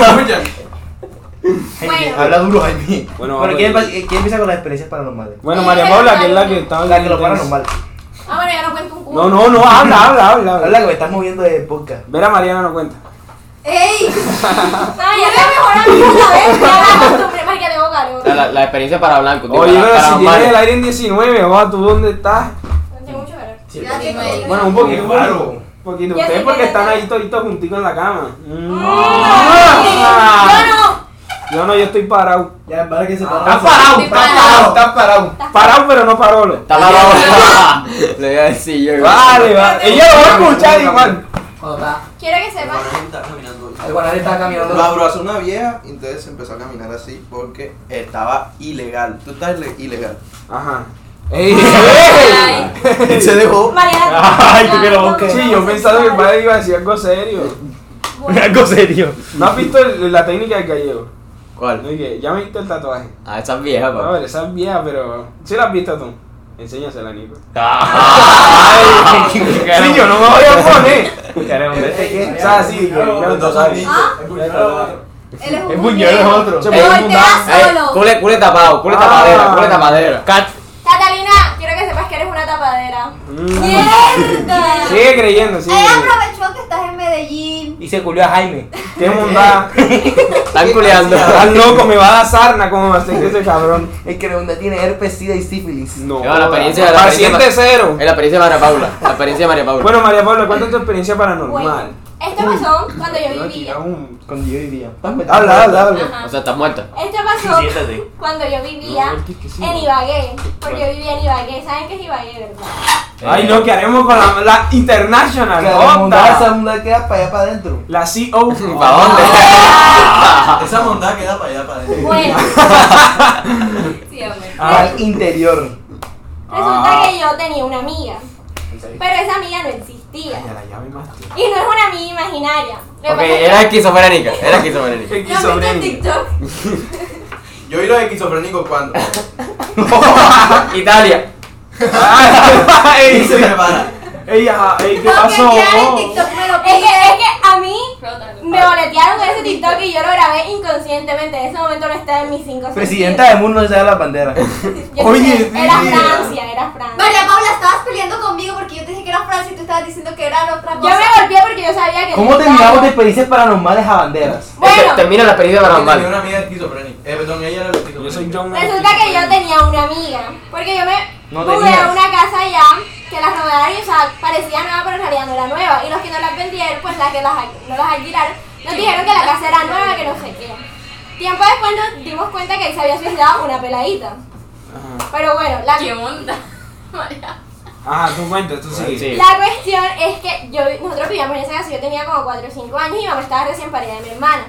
Bueno, Habla duro, Jaime. Bueno, Bueno, vamos ¿quién, a- empa- quién empieza con las experiencias paranormales? Bueno, María Paula, que es la que está La que lo hablando. paranormal. ah, bueno, ya no cuento un culo. No, no, no, habla, habla, habla. Habla habla. que me estás moviendo de podcast. Ver a Mariana no cuenta. (laughs) ¡Ey! Ay, Ah, ya voy a mejorar una vez. Ya la acostumbré, marica, tengo calor. La, la experiencia para Blanco. digo, Oye, para- pero para si Omar. tienes el aire en 19, va, ¿tú dónde estás? Tengo mucho calor. Ya te Bueno, Bueno, un poquito. Qué Un raro. poquito. Un poquito. Ya Ustedes sé porque que- están ahí toditos juntitos en la cama. Mm. Yo no. Yo no, yo estoy parado. Ya, para que se paró. Estás parado, Estoy estás parado. parado, estás parado. Parado, pero no parolo. Está la baba. Le voy a decir yo. Vale, vale. Ella lo va a escuchar igual. Cuando está. Quiero que sepas. El guanaje está caminando. La abrazó una vieja y entonces empezó a caminar así porque estaba ilegal. Tú estás ile- ilegal. Ajá. (laughs) Ey, Ay. Se dejó. Mariana. Ay, tú que lo busques. Sí, yo pensaba que el padre iba a decir algo serio. Bueno, cosa serio. ¿No has visto el- la técnica del gallego? ¿Cuál? Oye, ya me viste el tatuaje. Ah, esa es vieja, A papá. ver, esa es vieja, pero. ¿Sí la has visto tú? Enséñasela, Nico. (laughs) Sí, Sí, yo no me voy a poner. O sea, sí, que- Claro, claro, no sabes. ¿Ah? Él es un Es buñuelo, es otro. No, Se él puede te da fundar. solo. Cule, cule tapado, cule Ah. tapadera, cule tapadera. Cat. Catalina, quiero que sepas que eres una tapadera. Mm. ¡Mierda! Sigue creyendo, sigue Él creyendo. aprovechó que estás en Medellín. Y se culió a Jaime. Qué mundá. Están culeando. Ah, Estás loco, me va a dar sarna como me hace ese cabrón. El que onda tiene herpes, sida y sífilis. No. Eva, la experiencia- la Paciente experiencia- cero. Es la experiencia de María Paula. La experiencia de María Paula. Bueno, María Paula, cuéntame tu experiencia paranormal. Bueno, esto pasó cuando yo vivía. Cuando yo vivía. Habla, habla, habla. Ajá. o sea, estás muerta. Esto pasó cuando yo vivía en Ibagué. Porque yo vivía en Ibagué. ¿Saben qué es Ibagué, (laughs) verdad? Ay, no, que haremos con la, la International? La Otra. onda, esa onda queda para allá para adentro. La CO. ¿Para dónde? Esa montada queda para allá, para allá. (laughs) Bueno. Sí, hombre. Ah. Al interior. Resulta Ah. que yo tenía una amiga. Pero esa amiga no existía. Ya la llave más. tío. Y no es una amiga imaginaria. Lo que Ok, pasa es que- era esquizofrénica. Era esquizofrénica. Qué ¿No has visto en esquizofrénico. TikTok? Yo vi los esquizofrénicos cuando. (laughs) Italia. Ah, (laughs) Y Ay, se me para. Ey, ajá, ey, ¿qué Aunque pasó? ya en TikTok me lo Es que, puse. es que a mí me Ah. boletearon con ese TikTok y yo lo grabé inconscientemente. En ese momento no estaba en mis cinco Presidenta del mundo no se da la bandera. (laughs) eh, sentidos. Yo Oye, dije, Era sí. Francia, era Francia. María Paula, estabas peleando conmigo porque yo te dije que era Francia y tú estabas diciendo que era otra Yo cosa. me golpeé porque yo sabía que. ¿Cómo no terminamos de estaba. experiencias paranormales a banderas? Este, Bueno, Termina la experiencia Yo tenía paranormal. una amiga esquizofrénica. Eh, perdón, ella era esquizofrénica. Yo soy John. resulta que yo tenía una amiga. Porque yo me No mudé tenías. a una casa allá que las rodaron y o sea, parecía nueva, pero en realidad no era nueva. Y los que no las vendieron, pues las que las, al- no las alquilaron, nos dijeron que la casa era nueva, que no sé qué. Tiempo después nos dimos cuenta que ahí se había suicidado una peladita. Pero bueno, la, Ajá, tú cuentas, tú sigue. Sí. La cuestión es que yo, nosotros vivíamos en esa casa, yo tenía como 4 o 5 años y mi mamá estaba recién parida de mi hermana.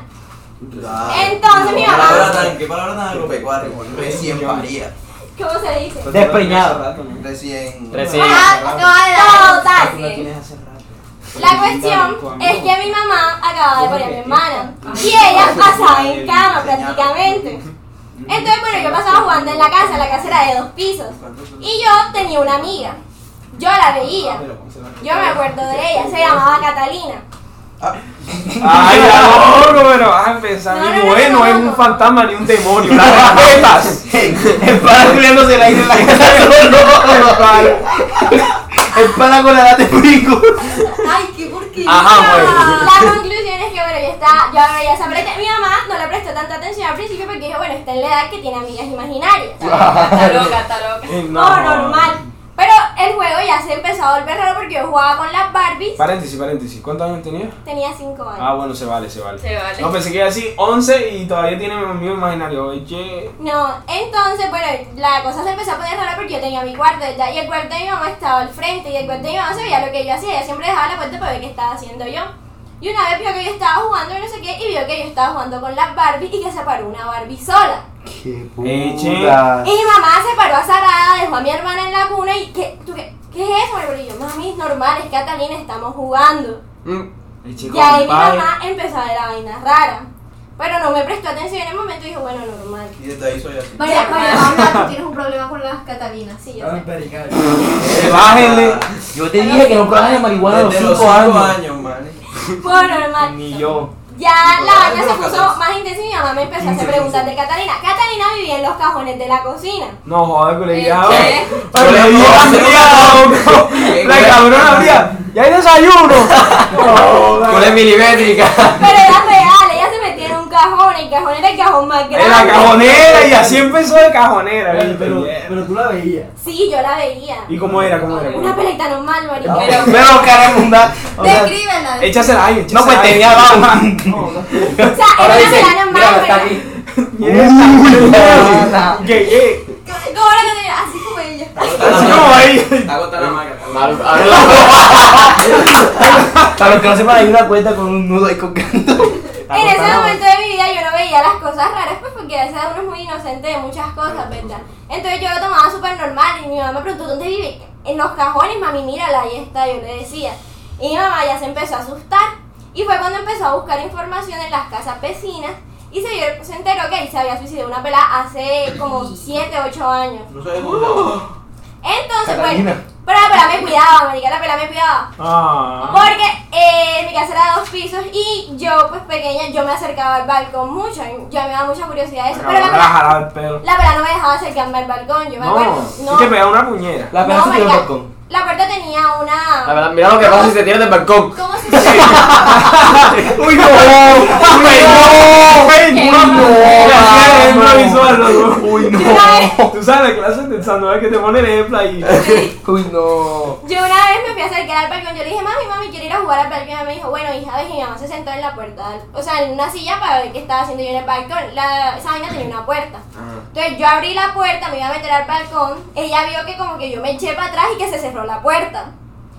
Entonces, mi ¿Qué mamá- palabra tan- ¿Qué palabra tan agropecuaria? Recién paría. ¿Cómo se dice? Despeñado. Recién. Recién. Ah, te voy a dar. Total. La cuestión es que mi mamá acaba de poner a mi hermana y ella pasaba en cama prácticamente. Entonces, bueno, yo pasaba jugando en la casa, la casa era de dos pisos. Y yo tenía una amiga. Yo la veía. Yo me acuerdo de ella, se llamaba Catalina. Ay, (laughs) ya, no, no, pero vas a empezar. No, ni no, no, bueno, no, es no. un fantasma ni un (laughs) demonio. Las respetas. El pana culiándose el aire en la (laughs) casa solo. El pana con la edad de pico. Ay, qué porquería. Ajá, bueno. La conclusión es que, bueno, ya está, yo ahora ya se aprende. Mi mamá no le prestó tanta atención al principio porque dijo, bueno, está en la edad que tiene amigas imaginarias. Ah, Está loca, está loca. Eh, No, Oh, normal. Pero el juego ya se empezó a volver raro porque yo jugaba con las Barbies. Paréntesis, paréntesis. ¿Cuántos años tenía? Tenía 5 años. Ah, bueno, se vale, se vale. Se vale. No, pensé que era así, 11 y todavía tiene mi amigo imaginario. Oye, No, entonces, bueno, la cosa se empezó a poner rara porque yo tenía mi cuarto ya, y el cuarto de mi mamá estaba al frente y el cuarto de mi mamá se veía lo que yo hacía. Ella siempre dejaba la puerta para ver qué estaba haciendo yo. Y una vez vio que yo estaba jugando y no sé qué y vio que yo estaba jugando con las Barbies y que se paró una Barbie sola. Qué puta. Y mi mamá se paró azarada, dejó a mi hermana en la cuna y que, ¿tú qué, qué es eso? Bárbara? Y yo, mami, es normal, es Catalina, estamos jugando. Mm. Y ahí mi mamá empezó a ver la vaina rara. Pero no me prestó atención en el momento y dijo, bueno, normal. Y desde ahí soy Ah, así. María, María Paula, tú tienes un problema con las Catalinas. Sí, yo sé. Eh, bájenle. Yo te dije que no probas de marihuana a los Desde los 5 cinco años. años, man. Fue normal. Ni yo. Ya la vaina se Algunos puso catorce. más intensa y mi mamá me empezó a hacer preguntas de Catalina. Catalina vivía en los cajones de la cocina. No, joder, colegiado. ¿Qué? (laughs) Colegiado, colegiado. La cabrona habría. ¡Ya hay desayuno! ¿Cuál es milibétrica? Pero era real, ella se metía en un cajón, el cajón era el cajón más grande. En la cajonera y así empezó de cajonera. Pero, ¿viste? pero, pero tú la veías. Sí, yo la veía. ¿Y cómo era? ¿Cómo era? Una peleta normal, marica. Pero- Pero caramba. o sea, Descríbela. Échasela ahí, échasela No, pues ahí. (laughs) tenía baba. O sea, era una Ahora dice, pelada normal, mira, está pero- aquí. (laughs) Mierda. ¿Qué, qué? ¿Cómo era que tenía? Así como ella. Así Ah. como ahí. Agota la maga. Mal- habla- Para los que no sepan, hay una cuenta con un nudo ahí con canto. En ese momento de mi vida yo no veía las cosas raras, pues porque a veces uno es muy inocente de muchas cosas, ¿verdad? Entonces yo lo tomaba súper normal y mi mamá me preguntó, ¿dónde vive? En los cajones, mami, mírala, ahí está, yo le decía. Y mi mamá ya se empezó a asustar y fue cuando empezó a buscar información en las casas vecinas y se, dio- se enteró que ahí se había suicidado una pelada hace como 7, 8 años. No soy escuchado. Entonces, Catalina. pues, pero la pelada me cuidaba, marica, la pelada me cuidaba. Ah. Porque eh, mi casa era de dos pisos y yo, pues pequeña, yo me acercaba al balcón mucho. y Ya me daba mucha curiosidad eso. Pero la Ahora verdad, jalaba el pelo. la verdad no me dejaba acercarme al balcón. Yo me acuerdo. No, es que pegaba una puñera. La no, pedazo tiene un marica, balcón. La puerta tenía La una. verdad, Mira lo que pasa si te tiras del balcón. ¿Cómo (laughs) se llama? ¡Uy, no! ¡Uy, no! ¡Uy, no! no, ejemplo no. visual, loco. ¡Uy, no! Una vez- Tú sabes la clase de Sandoval que te pone el ejemplo ahí. Uy, no. Yo una vez me fui a acercar al balcón, yo le dije, mami, mami, quiero ir a jugar al balcón. Y ella me dijo, bueno, hija, ves, y mi mamá se sentó en la puerta, o sea, en una silla para ver qué estaba haciendo yo en el balcón. La, esa vaina tenía una puerta. Entonces yo abrí la puerta, me iba a meter al balcón. Ella vio que como que yo me eché para atrás y que se cerró la puerta.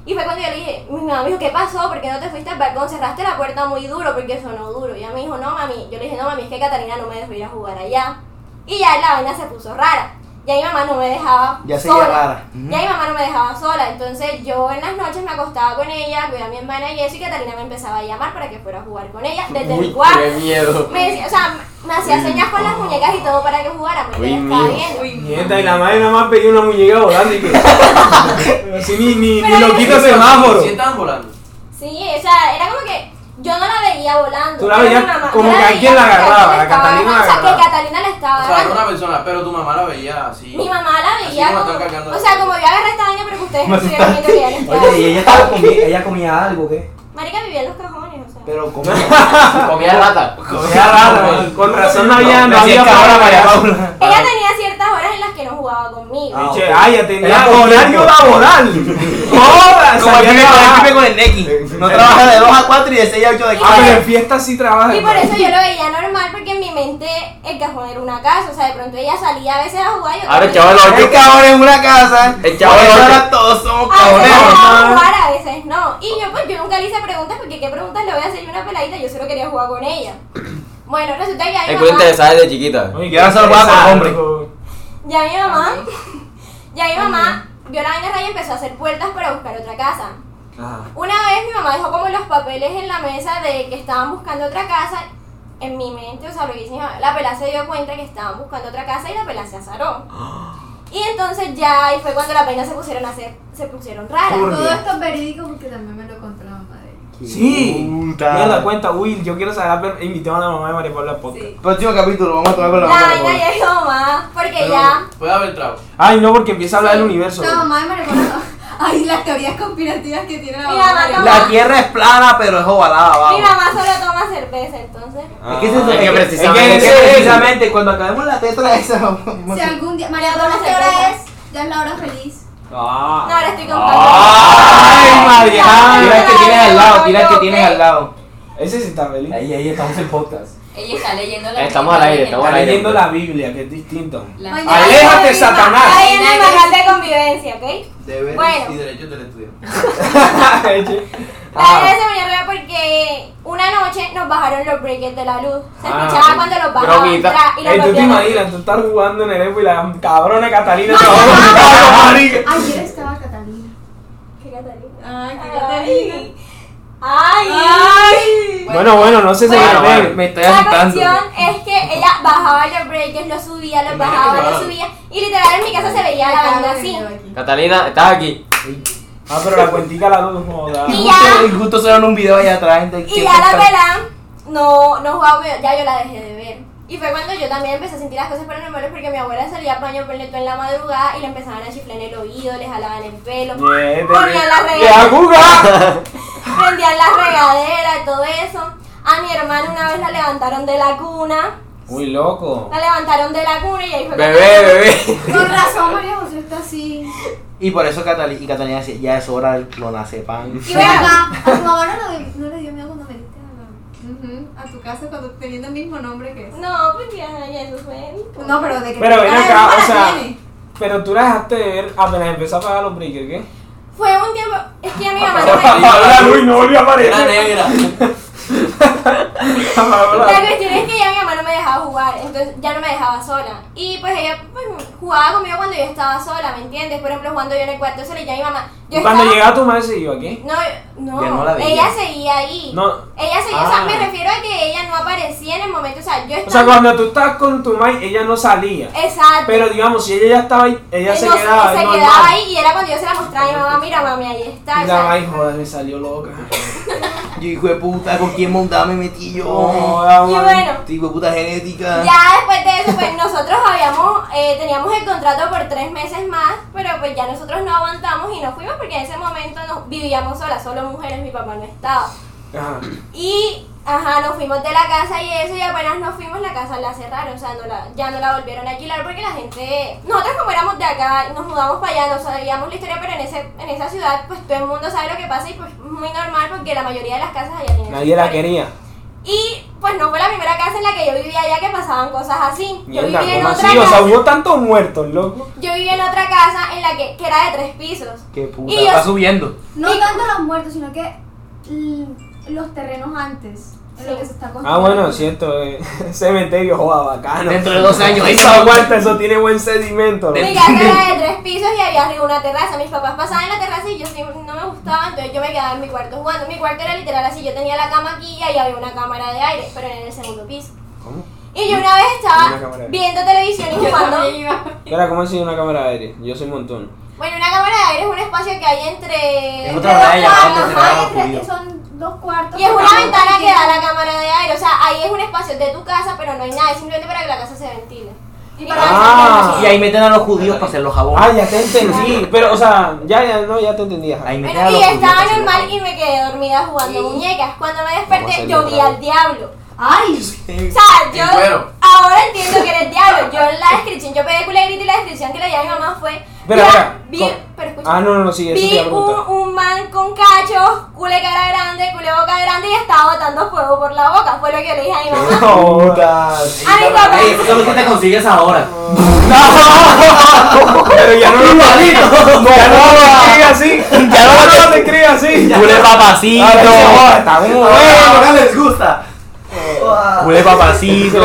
Y fue cuando yo le dije, mi mamá me dijo, ¿qué pasó? ¿Por qué no te fuiste al balcón? Cerraste la puerta muy duro porque sonó duro. Y ella me dijo, no, mami. Yo le dije, no, mami, es que Catalina no me dejó ir a jugar allá. Y ya la vaina se puso rara. Ya mi mamá no me dejaba Ya seguía sola. rara. Ya mi mamá no me dejaba sola. Entonces yo en las noches me acostaba con ella, cuidaba a mi hermana y eso. Y Catalina me empezaba a llamar para que fuera a jugar con ella desde mi Uy, cuarto. qué miedo. Me decía, o sea, me hacía señas con las muñecas y todo para que jugáramos. Uy, Yo ya estaba mío. viendo. Mierda, y la madre nada más pedía una muñeca volando y que. Así ni, ni, ni lo quita semáforo. Si estaban volando. Sí, o sea, era como que yo no la veía volando. Tú la pero mi veías mamá- como yo que veía alguien la porque agarraba, la estaba Catalina agarrando, la O sea, que agarraba. Catalina la O estaba sea, era agarrando. una persona, pero tu mamá la veía así. Mi mamá la Así veía como como, estaba cargando o sea, como yo agarré esta vaina, pero que ustedes no estuvieron viendo que ya no estaba. Oye, y ella estaba comi- ella comía algo, ¿qué? Marica vivía en los cajones, o sea. (laughs) Pero como. Comía rata. Era raro, con razón no había, no había ahora María palabra. Paula. Ella tenía ciertas horas en las que no jugaba conmigo. Ah, Che, ok. ay, ya tenía Era por horario tiempo. laboral. ¡Joda! Como el pibe con el salía a trabajar. pibe con el Neki. No trabaja de 2 a 4 y de 6 a 8 de Y Ah, por pero eso- en fiesta sí trabaja. Y por eso yo lo veía normal, porque en mi mente el cajón era una casa. O sea, de pronto ella salía a veces a jugar y Ahora el veces chaval Hay lo cabrones en una eh. casa. El chavo Por eso loco. ahora todos somos A veces cabrones. dejaba jugar, a veces no. Y yo pues yo nunca le hice preguntas porque qué preguntas le voy a hacer yo a una peladita, yo solo quería jugar con ella. Bueno, resulta que ya mi Es muy mamá, interesada desde chiquita. Oye, Y ahora solo juega con interesante, ya mi (laughs) mamá, ya mi mamá vio la vaina raya y empezó a hacer puertas para buscar otra casa. Ajá. Una vez mi mamá dejó como los papeles en la mesa de que estaban buscando otra casa. En mi mente, o sea, lo que hice, mi mamá, la pelada se dio cuenta que estaban buscando otra casa y la pelada se azaró. Y entonces ya ahí fue cuando la peña se pusieron a hacer, se pusieron raras. Todo esto es verídico porque también me lo contó la mamá de ella. Sí, mira la cuenta, Will. Yo quiero saber, pero invitemos a la mamá de María Paula al podcast. Próximo capítulo, vamos a tomar con La la mamá. de vaina Paula. ya es mamá, porque ya. Puede haber trago. Ay, no, porque empieza a hablar del universo. La mamá de Mariposa. no. (laughs) Ay, las teorías conspirativas que tiene la Mi mamá. mamá de toma- La tierra es plana, pero es ovalada, vamos. Mi mamá solo toma cerveza, entonces. Es que es eso, Es que es que- precisamente- es que precisamente cuando acabemos la tetra esa, Mariposa. vamos. Si algún día. María Toma Dolores, ¿qué hora cerveza. es? Ya es la hora feliz. Ah. No, ahora estoy contando. Ay, María. Tira el que tienes al lado, tira el que tienes al lado. Ese sí está feliz. Ahí, ahí estamos en podcast. Ella está leyendo la Estamos al aire, estamos Está al aire. leyendo la Biblia, que es (laughs) distinto. La- Mañana ¡Aléjate, estoy viva. Satanás! Ahí en el manual de convivencia, ¿ok? Deberes Bueno. y derechos del estudio. Ah, La verdad se ponía rara porque una noche nos bajaron los breakers de la luz. Se Ah, escuchaba cuando los bajaban. broquita. tra, Ah, y los Ey, tú te rompían. imaginas, tú estás jugando en el Epo y la cabrona Catalina se (laughs) Ayer estaba Catalina. Qué Catalina. Ay, Ay. Ay. Bueno, bueno, no sé si ven, Bueno, bueno. Me estoy La asustando. cuestión es que ella bajaba los breakers, los subía, los bajaba, los subía. Y literal en mi casa se veía la banda así. Catalina, estás aquí. Ah, pero la cuentica la luz, joda. Y Ah, ya, Justo, y justo se un video allá atrás. gente, que y ya la está- pelán no, no jugaba, pero ya yo la dejé de ver. Y fue cuando yo también empecé a sentir las cosas paranormales porque mi abuela salía al baño ponle tú en la madrugada y le empezaban a chiflar en el oído, le jalaban el pelo. Ponían la ¡Qué regadera, aguja! (laughs) prendían la regadera y todo eso. A mi hermana una vez la levantaron de la cuna. Uy, loco. La levantaron de la cuna y ahí fue Bebé, bebé. Con razón, María José está así. Y por eso Catalina, y Catalina decía, ya es hora del clonacepan. Y bueno, a (laughs) tu mamá no, le- no le dio miedo cuando me diste a, la- a tu casa cuando teniendo el mismo nombre que es. No, porque ajá, ya eso fue. No, pero de que Pero ven Ay, acá, ¿cómo o la sea, tiene? pero tú la dejaste de ver apenas empezó a pagar los breakers, ¿qué? Fue un tiempo. Es que a mi (laughs) mamá no (laughs) me. Ahora Luis no volvió a Era aparecer. negra. (laughs) La cuestión es que ya mi mamá no me dejaba jugar, entonces ya no me dejaba sola. Y pues ella pues, jugaba conmigo cuando yo estaba sola, ¿me entiendes? Por ejemplo, jugando yo en el cuarto sola y ya mi mamá. Yo Cuando estaba- llegaba tu madre se iba, ¿qué? No, no, Ya no la veía. ella seguía ahí. No. Ella seguía, o Ah. sea, me refiero a que ella no aparecía en el momento, o sea, yo O sea, estaba. cuando tú estabas con tu madre, ella no salía. Exacto. Pero digamos, si ella ya estaba ahí, ella se No, quedaba. se normal. quedaba ahí y era cuando yo se la mostraba a mi mamá, mira mami, ahí está. Y o la sea, madre, joder, me salió loca. Yo hijo de puta, ¿con quién mondada me metí yo? Joda, Y madre. bueno, Este hijo de puta genética. Ya después de eso, pues nosotros habíamos, eh, teníamos el contrato por tres meses más, pero pues ya nosotros no aguantamos y nos fuimos porque en ese momento nos vivíamos solas, solo mujeres, mi papá no estaba. Ajá. Y, ajá, nos fuimos de la casa y eso, y apenas nos fuimos, la casa la cerraron, o sea, no la, ya no la volvieron a alquilar porque la gente, nosotros como éramos de acá, nos mudamos para allá, no sabíamos la historia, pero en, ese, en esa ciudad, pues todo el mundo sabe lo que pasa y pues muy normal porque la mayoría de las casas allá tienen... su Nadie la historia. quería. Y pues no fue la primera casa en la que yo vivía allá que pasaban cosas así. Yo Mierda, vivía en ¿cómo otra así? O sea, casa. hubo tantos muertos, loco. Yo vivía en otra casa en la que, que era de tres pisos. Qué puta, Y yo- va subiendo. No tanto los muertos, sino que mm, los terrenos antes. Es lo que se está Ah, construyendo. bueno, cierto. eh, (laughs) Cementerio, joda, bacano. Dentro de dos años, Eso ahí- aguanta, eso tiene buen sedimento. loco. Mi casa era de tres pisos y había arriba una terraza. Mis papás pasaban en la terraza y yo sí- no me gustaba, entonces yo me quedaba en mi cuarto jugando. Mi cuarto era literal así, yo tenía la cama aquí y ahí había una cámara de aire, pero era en el segundo piso. ¿Cómo? Y yo una vez Una cámara de estaba aire. viendo televisión y jugando. Espera, ¿cómo así una cámara de aire? Yo soy montón. Bueno, una cámara de aire es un espacio que hay entre... Es Pero otra raya, claro, antes ajá, era hay tres- judío. Son dos cuartos. Y es una Pero- ventana que da a la cámara de aire, o sea, ahí es un espacio de tu casa, pero no hay nada, es simplemente para que la casa se ventile. Y para Ah. que Y ahí meten a los judíos para hacer los Ah, jabones. ya te entendí. Pero, o sea, ya, ya, no, ya te entendí. ajá. Ahí meten a Bueno, los y judíos. para estaba hacer los normal y jabones. me quedé dormida jugando muñecas. Cuando me Vamos a desperté, hacerlo yo vi otra vez. al diablo. ¡Ay! O sea, yo cuero. ahora entiendo que eres diablo. Yo en la descripción, yo pegué culegrita y la descripción que le di a mi mamá fue. Pero, "Mira, espera, vi, ¿cómo? pero escucha, Ah, no, no, no, sí, eso te vi iba a preguntar. un, un man con cachos, cule cara grande, cule boca grande y estaba botando fuego por la boca. Fue lo que le dije a mi (laughs) mamá. Jodas. A mi papá. Ey, eso es lo que te consigues ahora. Pero ya no lo Ya no lo escribe así. (laughs) Ya no lo escribe así. Cule papacito. Ah, no, está bueno. les gusta. papacito a. Culé papacito.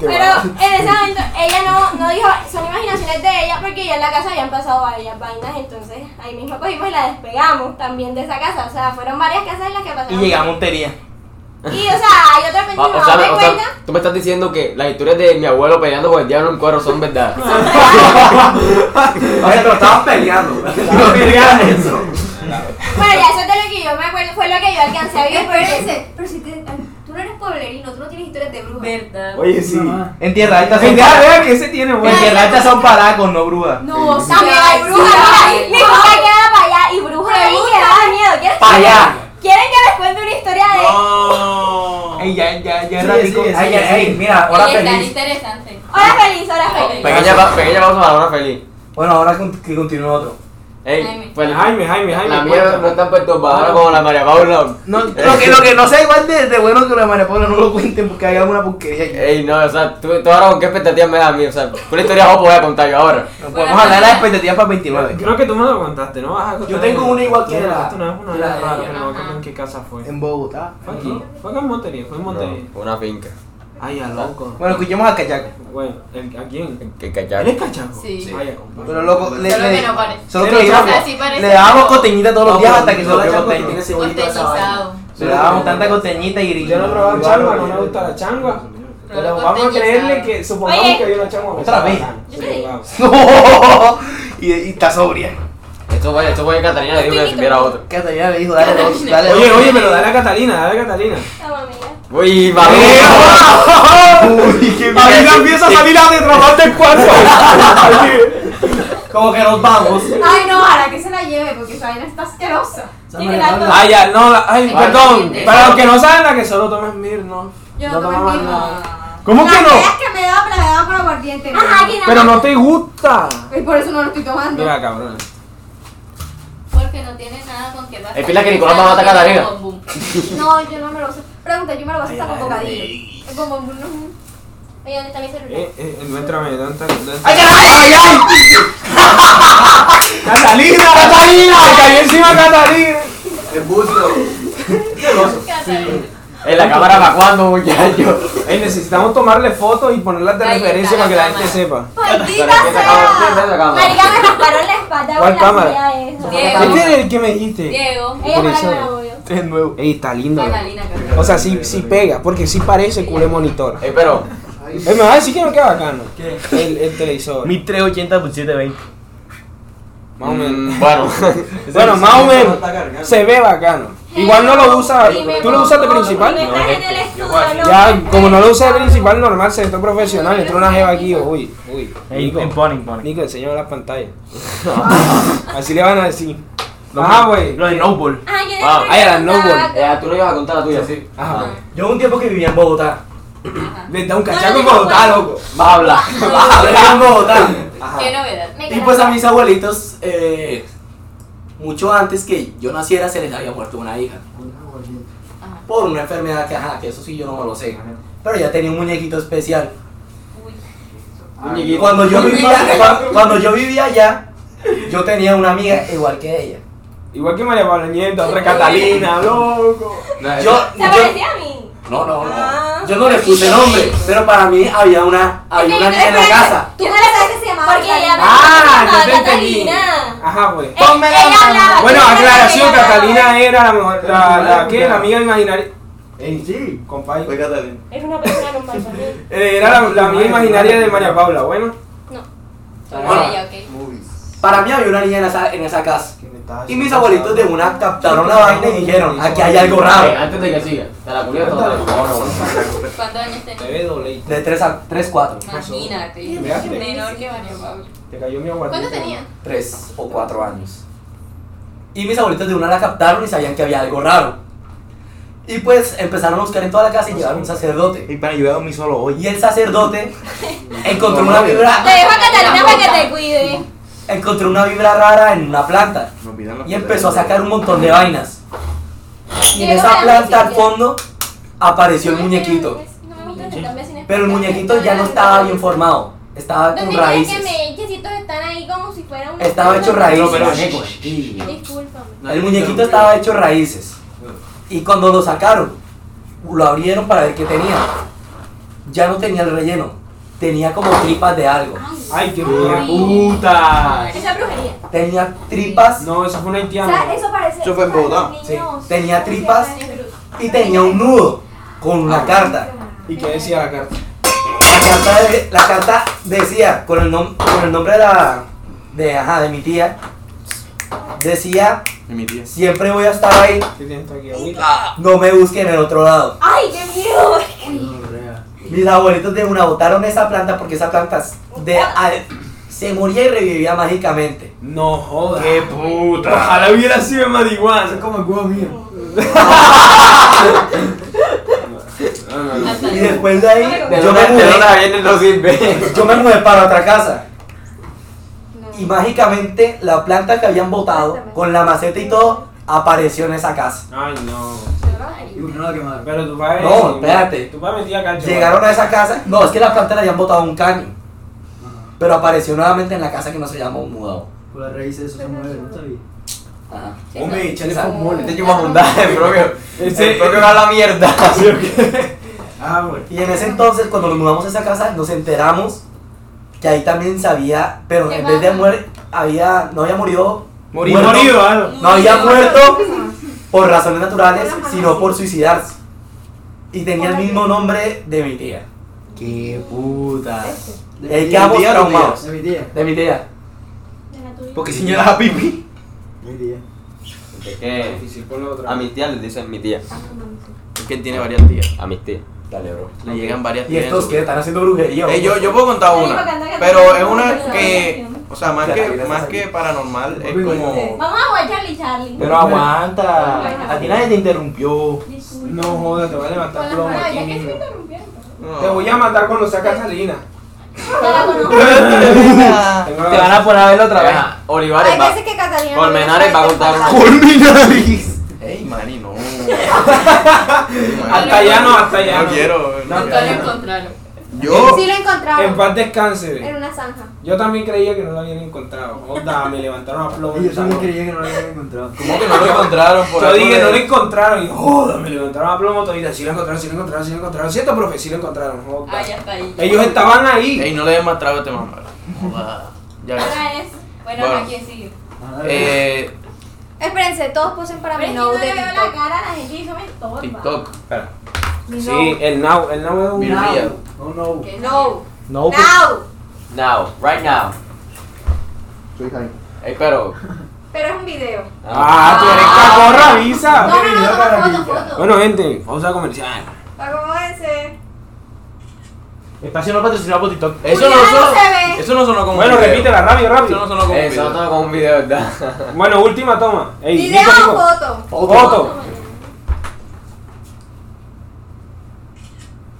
Pero en ese momento ella no, no dijo, son imaginaciones de ella porque ya en la casa habían pasado varias vainas, entonces ahí mismo cogimos y la despegamos también de esa casa. O sea, fueron varias casas en las que pasamos. Y llegamos a Montería. Y o sea, yo de repente Ah, mi o mamá sea, me o sea, cuenta. tú me estás diciendo que las historias de mi abuelo peleando con el diablo en un cuadro son verdad. O sea, pero estaban peleando. Estaban peleando eso. Bueno, ya eso es de lo que yo me acuerdo, fue lo que yo alcancé a vivir. porque- Espérense, pero si te, tú no eres pueblerino, tú no tienes historias de brujas. Verdad. Oye, sí. En tierra alta son En tierra paracos. alta que ese tiene, güey. En tierra alta son paracos, no brúas. No, sí. También hay brujas, mira, mi papá queda para allá y brujas ahí que da miedo. ¿Quieres Para allá. ¿Quieren que les cuente una historia de Ey, ya, ya, ya, Sí, ratico. sí, sí, Ay, sí, ay, sí. ay, mira, Hora Oye, es tan feliz. interesante. hora feliz, hora feliz? Pequeña, pa- pequeña pausa para la hora feliz. Bueno, ahora con- que continúe otro. Ey, Jaime. pues la- Jaime, Jaime, Jaime. la mía cuenta. no es tan perturbadora como la María Paula. No, lo, que, lo que no sea igual de, de bueno que lo de María Paula, no lo cuenten porque hay alguna porquería aquí. Ey, no, o sea, tú, tú ahora con qué expectativas me das a mí, o sea, una historia vos voy a contar yo ahora. No podemos hablar de las expectativas para el 29. Creo que tú me lo contaste, ¿no? Ajá, Yo tengo una igual que Tú me la- contaste Una vez una que la vez de rara, ella. pero no me acuerdo Ajá. en qué casa fue. En Bogotá. Fue aquí, fue acá en Montería, fue en Montería. No, una finca. Ay, a loco. Bueno, escuchemos a Cachaco. Bueno, ¿el- ¿a quién? Que ¿Él es cachaco. cachaco? Sí. Sí. Ay, compadre. Pero loco, le, Solo le- que no parece. solo que Pero le, chaco. dábamos- Así parece. le dábamos costeñita todos los No, días pero hasta que no se la volvió llamo porque costeño. tiene cebollita esa Costeñizado. vaina. Le dábamos tanta costeñita y Yo no probaba changua, no me gusta la changua. Pero vamos a costeño, creerle claro. que supongamos Oye. que había una changua. Otra vez. Sí, Sí. vamos. (laughs) y, y está sobria. Esto fue, esto fue que Catalina le dijo que supiera otro. Catalina le dijo, dale dos, dale Oye, dos. oye, pero dale a Catalina, dale a Catalina. Toma, mira. Uy, va. Uy, qué Ahí mierda. empieza a salir a detrás del cuarto. Como que nos vamos. Ay, no, ahora que se la lleve porque esa vaina está asquerosa. Esa María Paula. Ay, ya, no, la- ay, Ay, perdón. sí, sí. Para los que no saben, la que solo tomes mir, no. Yo no tomé tomabas mi nada. ¿Cómo que Las ideas no? que me daba, me la daba por aguardiente. Ajá, aquí nada Pero más. no te gusta. Y por eso no lo estoy tomando. Mira, cabrón. Porque no tiene nada con que pasar. Es pila que Nicolás va a matar a Catalina. Bum, bum. No, yo no me lo sé. Pregunta, yo me lo voy a hacer con bocadillo. El bombón no es un- Oye, ¿dónde está mi celular? Eh, eh, encuéntrame, ¿dónde está? dónde está? ¡Ay, ay, ay, ay! ¡Catalina! ¡Catalina! ¡Me cayó encima Catalina! El busto. Catalina. En la cámara va cuando, (laughs) muchachos. Ey, Eh, necesitamos tomarle fotos y ponerlas de Ahí está referencia la para que la gente cámara. sepa. ¡Maldita Espera, espera, espera, espera, sea! cámara. Marica, me rasparon la espalda ¿Cuál con la cámara? silla esa. Diego. Este es el que me dijiste. Diego. Ella fue la que me Por la eso. movió. Es nuevo. Ey, está lindo. eh. Catalina, Catalina. O sea, sí, sí pega, porque sí parece culé monitor. Ey, pero, Ey, me vas a decir que no queda bacano. El, el televisor. 1380 por 720. Más o menos. mm, bueno. Bueno, más o menos. Se ve bacano. Igual no lo usas. Y me ¿Tú lo usas de pongo- y me principal? traje en el estudio, Ya, como no lo usas de principal, normal, se entró profesional. Entró una jeva aquí. Uy, uy. Nico, Imponen, imponen. Nico, enséñame la pantalla. (laughs) Así le van a decir. Ajá, güey. Lo de Noble. Ajá, yo Ah, después ahí era me no estaba- ball. Eh, tú no ibas a contar la tuya, sí. Ajá. Yo hubo un tiempo que vivía en Bogotá. Le da un No, cachaco no, en no, Bogotá, no. loco. Vas a hablar. Ah, vivía en Bogotá. Qué novedad. Me Y pues a encanta. mis abuelitos, eh, mucho antes que yo naciera, se les había muerto una hija. Ajá. Por una enfermedad que, ajá, que eso sí yo no me lo sé. Pero ya tenía un muñequito especial. Uy. Y cuando yo vivía, cua- cuando yo vivía allá, yo tenía una amiga igual que ella. Igual que María Paula Nieto, otra Catalina, loco. No, Yo, Se yo, parecía a mí. no, no, Ah. no. Yo no le puse nombre, pero para mí había una, había una niña en la casa. Tú me la sabes que se llamaba Porque Catalina. ella me- Ah, yo te entendí. Catalina. Ajá, güey. Eh, ella hablaba- Bueno, yo me acuerdo aclaración, que ella hablaba- Catalina era la mejor, la, la, ¿qué? La amiga imaginaria. Ey, sí. Compadre. Fue Catalina. Es una persona con barba. Eh, era la, la amiga imaginaria de María Paula, bueno. Sobre ella, ok. Movies. Para mí había una niña en esa, en esa casa. Y mis abuelitos de una captaron la vaina y dijeron, aquí hay algo Eh, raro. antes de que siga, te la culé toda. por favor, ¿Cuántos años Te tenía? ve doble. De 3 a 3, 4. Imagínate. Vean, te- Menor que María Paula. Te cayó mi abuelito. ¿Cuánto tenía? 3 o 4 años. Y mis abuelitos de una la captaron y sabían que había algo raro. Y pues empezaron a buscar en toda la casa y llevaron un sacerdote. Y para ayudar a dormir solo hoy. Y el (laughs) sacerdote encontró una vibra, Te dejo a Catalina para que te cuide. encontró una vibra rara en una planta Nos pidan la y empezó a sacar un montón de vainas. Y en esa Llegó la planta al noticia. fondo apareció el muñequito. No me gusta sentarme sin Pero el muñequito ya no estaba bien formado, estaba con ¿Dónde crees que raíces. me yechecitos están ahí como si fuera un... Estaba hecho raíces. Discúlpame. El muñequito estaba hecho raíces. Y cuando lo sacaron, lo abrieron para ver qué tenía. Ya no tenía el relleno, tenía como tripas de algo. ¡Ay, qué puta! Esa es brujería. Tenía tripas. No, eso fue una O haitiana. sea, eso parece. Ah, Tenía tripas y tenía un nudo con una carta. ¿Y qué decía la carta? La carta, de- la carta decía, con el, nom- con el nombre de la. de, ajá, de mi tía, decía: Siempre voy a estar ahí, ¿Qué tienes tú aquí, agüita? no me busquen en el otro lado. ¡Ay, qué miedo! Mis abuelitos de una botaron esa planta porque esa planta s- de, a- se moría y revivía mágicamente. No jodas. ¡Qué puta! Ojalá hubiera sido en marihuana. Es como el huevo (laughs) mío. Y después de ahí, De yo me dónde- de ¿eh? mudé. dónde la vienen (laughs) no sirve. (laughs) Yo me mudé para otra casa. Y mágicamente la planta que habían botado con la maceta y todo apareció en esa casa. Ay, no. No la quemaron. Pero tu padre. No, espérate. Tu padre metía cacho. Llegaron a esa casa. No, es que la planta la habían botado a un caño. Pero apareció nuevamente en la casa que no se llamó mudado. Por las raíces eso se mueve, no sabía. Ajá. Hombre, échale Esa- formol. Este llevó a fundar el propio. Ese- El propio va a la mierda. Ah, bueno. Y en ese entonces, cuando nos mudamos a esa casa, nos enteramos que ahí también se había, pero en vez de muerte, había, no había murido. Morido. muerto- Morido, algo. No había muerto por razones naturales, sino por suicidarse. Y tenía el mismo nombre de mi tía. Qué puta. Y ahí quedamos traumados. De mi tía. De mi tía. Porque si yo a pipi. Mi tía. Es que Difícil con lo otro. a mis tías les dicen mi tía. Es que él tiene varias tías. A mis tías. Dale, bro. Le llegan varias ¿Y tías. en estos su- que están haciendo brujería? Eh, yo, yo puedo contar una, pero es una que, o sea, más que, más que paranormal, es como... Vamos a jugar Charlie Charlie. Pero aguanta. A ti nadie te interrumpió. No jodas, te voy a levantar plomo Ah, aquí ya que se mismo. interrumpieron. (laughs) Te voy a matar con los Catalina. No la conozco. Te van a poner a verlo otra vez. Ajá, Hay Olivares va. veces que Catalina. no Colmenares le va a falta contar el una. pasaje. Ey, mani, no. Hasta allá no, hasta allá No no. quiero. No, Nunca lo encontraron. Yo, Sí lo Oh. En encontramos. paz descanse. En una zanja. Yo también creía que no lo habían encontrado. Joda, me levantaron a plomo. Y yo también Yo creía que no la habían encontrado. ¿Cómo que no lo encontraron por algo dije, de- no lo encontraron. Y joda, me levantaron a plomo. Todavía, sí lo encontraron, sí lo encontraron, sí lo encontraron. ¿Cierto, profe? Sí lo encontraron. Joda. Ah, ya está ahí. Ellos estaban ey, ahí. no le des más trago a este mamá. Joda. Ya ves. Ahora es. Bueno, Bueno. ahora quién sigue. Ajá, Eh, Espérense, todos posen para Pero es mi que no le no de veo la TikTok. cara a la gente y eso me estorba. TikTok. Espera. Mi Sí, el now, el now es un. Mira. No, no, no. ¿Qué No. No, No. pues, Now. Now, right now. Ey, pero. Pero es un video. Ah, tú eres cacorra, avisa. No, no, no, toma foto, foto. Bueno, gente, pausa comercial. Acomódense. espacio no patrocinado por TikTok. Eso no, Julián, sonó, no se eh. ve. eso no sonó como Bueno, un video. repítela, rápido, Eso no rápido. sonó como un eh, Eso no video. toca como un video, ¿verdad? Bueno, última toma. Ey, Video Nico, Nico. o foto. Foto.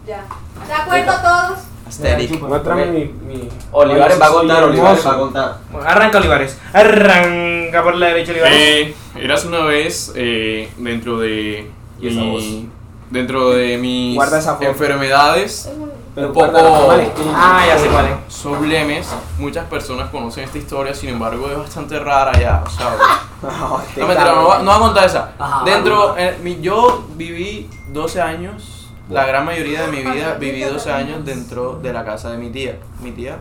Ya. ¿De acuerdo todos? Asterix. Muéstrame Ok. mi, mi. Olivares va a Soy contar, Olivares hermoso. va a contar. Arranca Olivares. Arranca por la derecha Olivares. Eh, eras una vez eh, dentro de Y esa mi, dentro de mis Guarda esa foto. enfermedades Pero un poco guárdala, vale. Ah, ya sé cuál es. sublemes. Muchas personas conocen esta historia, sin embargo es bastante rara ya. O sea, (laughs) No, este no, mentira, no, cabrón. va- no va a contar esa. Ajá, dentro, vale. eh, mi- yo viví 12 años, la gran mayoría de mi vida viví 12 años dentro de la casa de mi tía. Mi tía,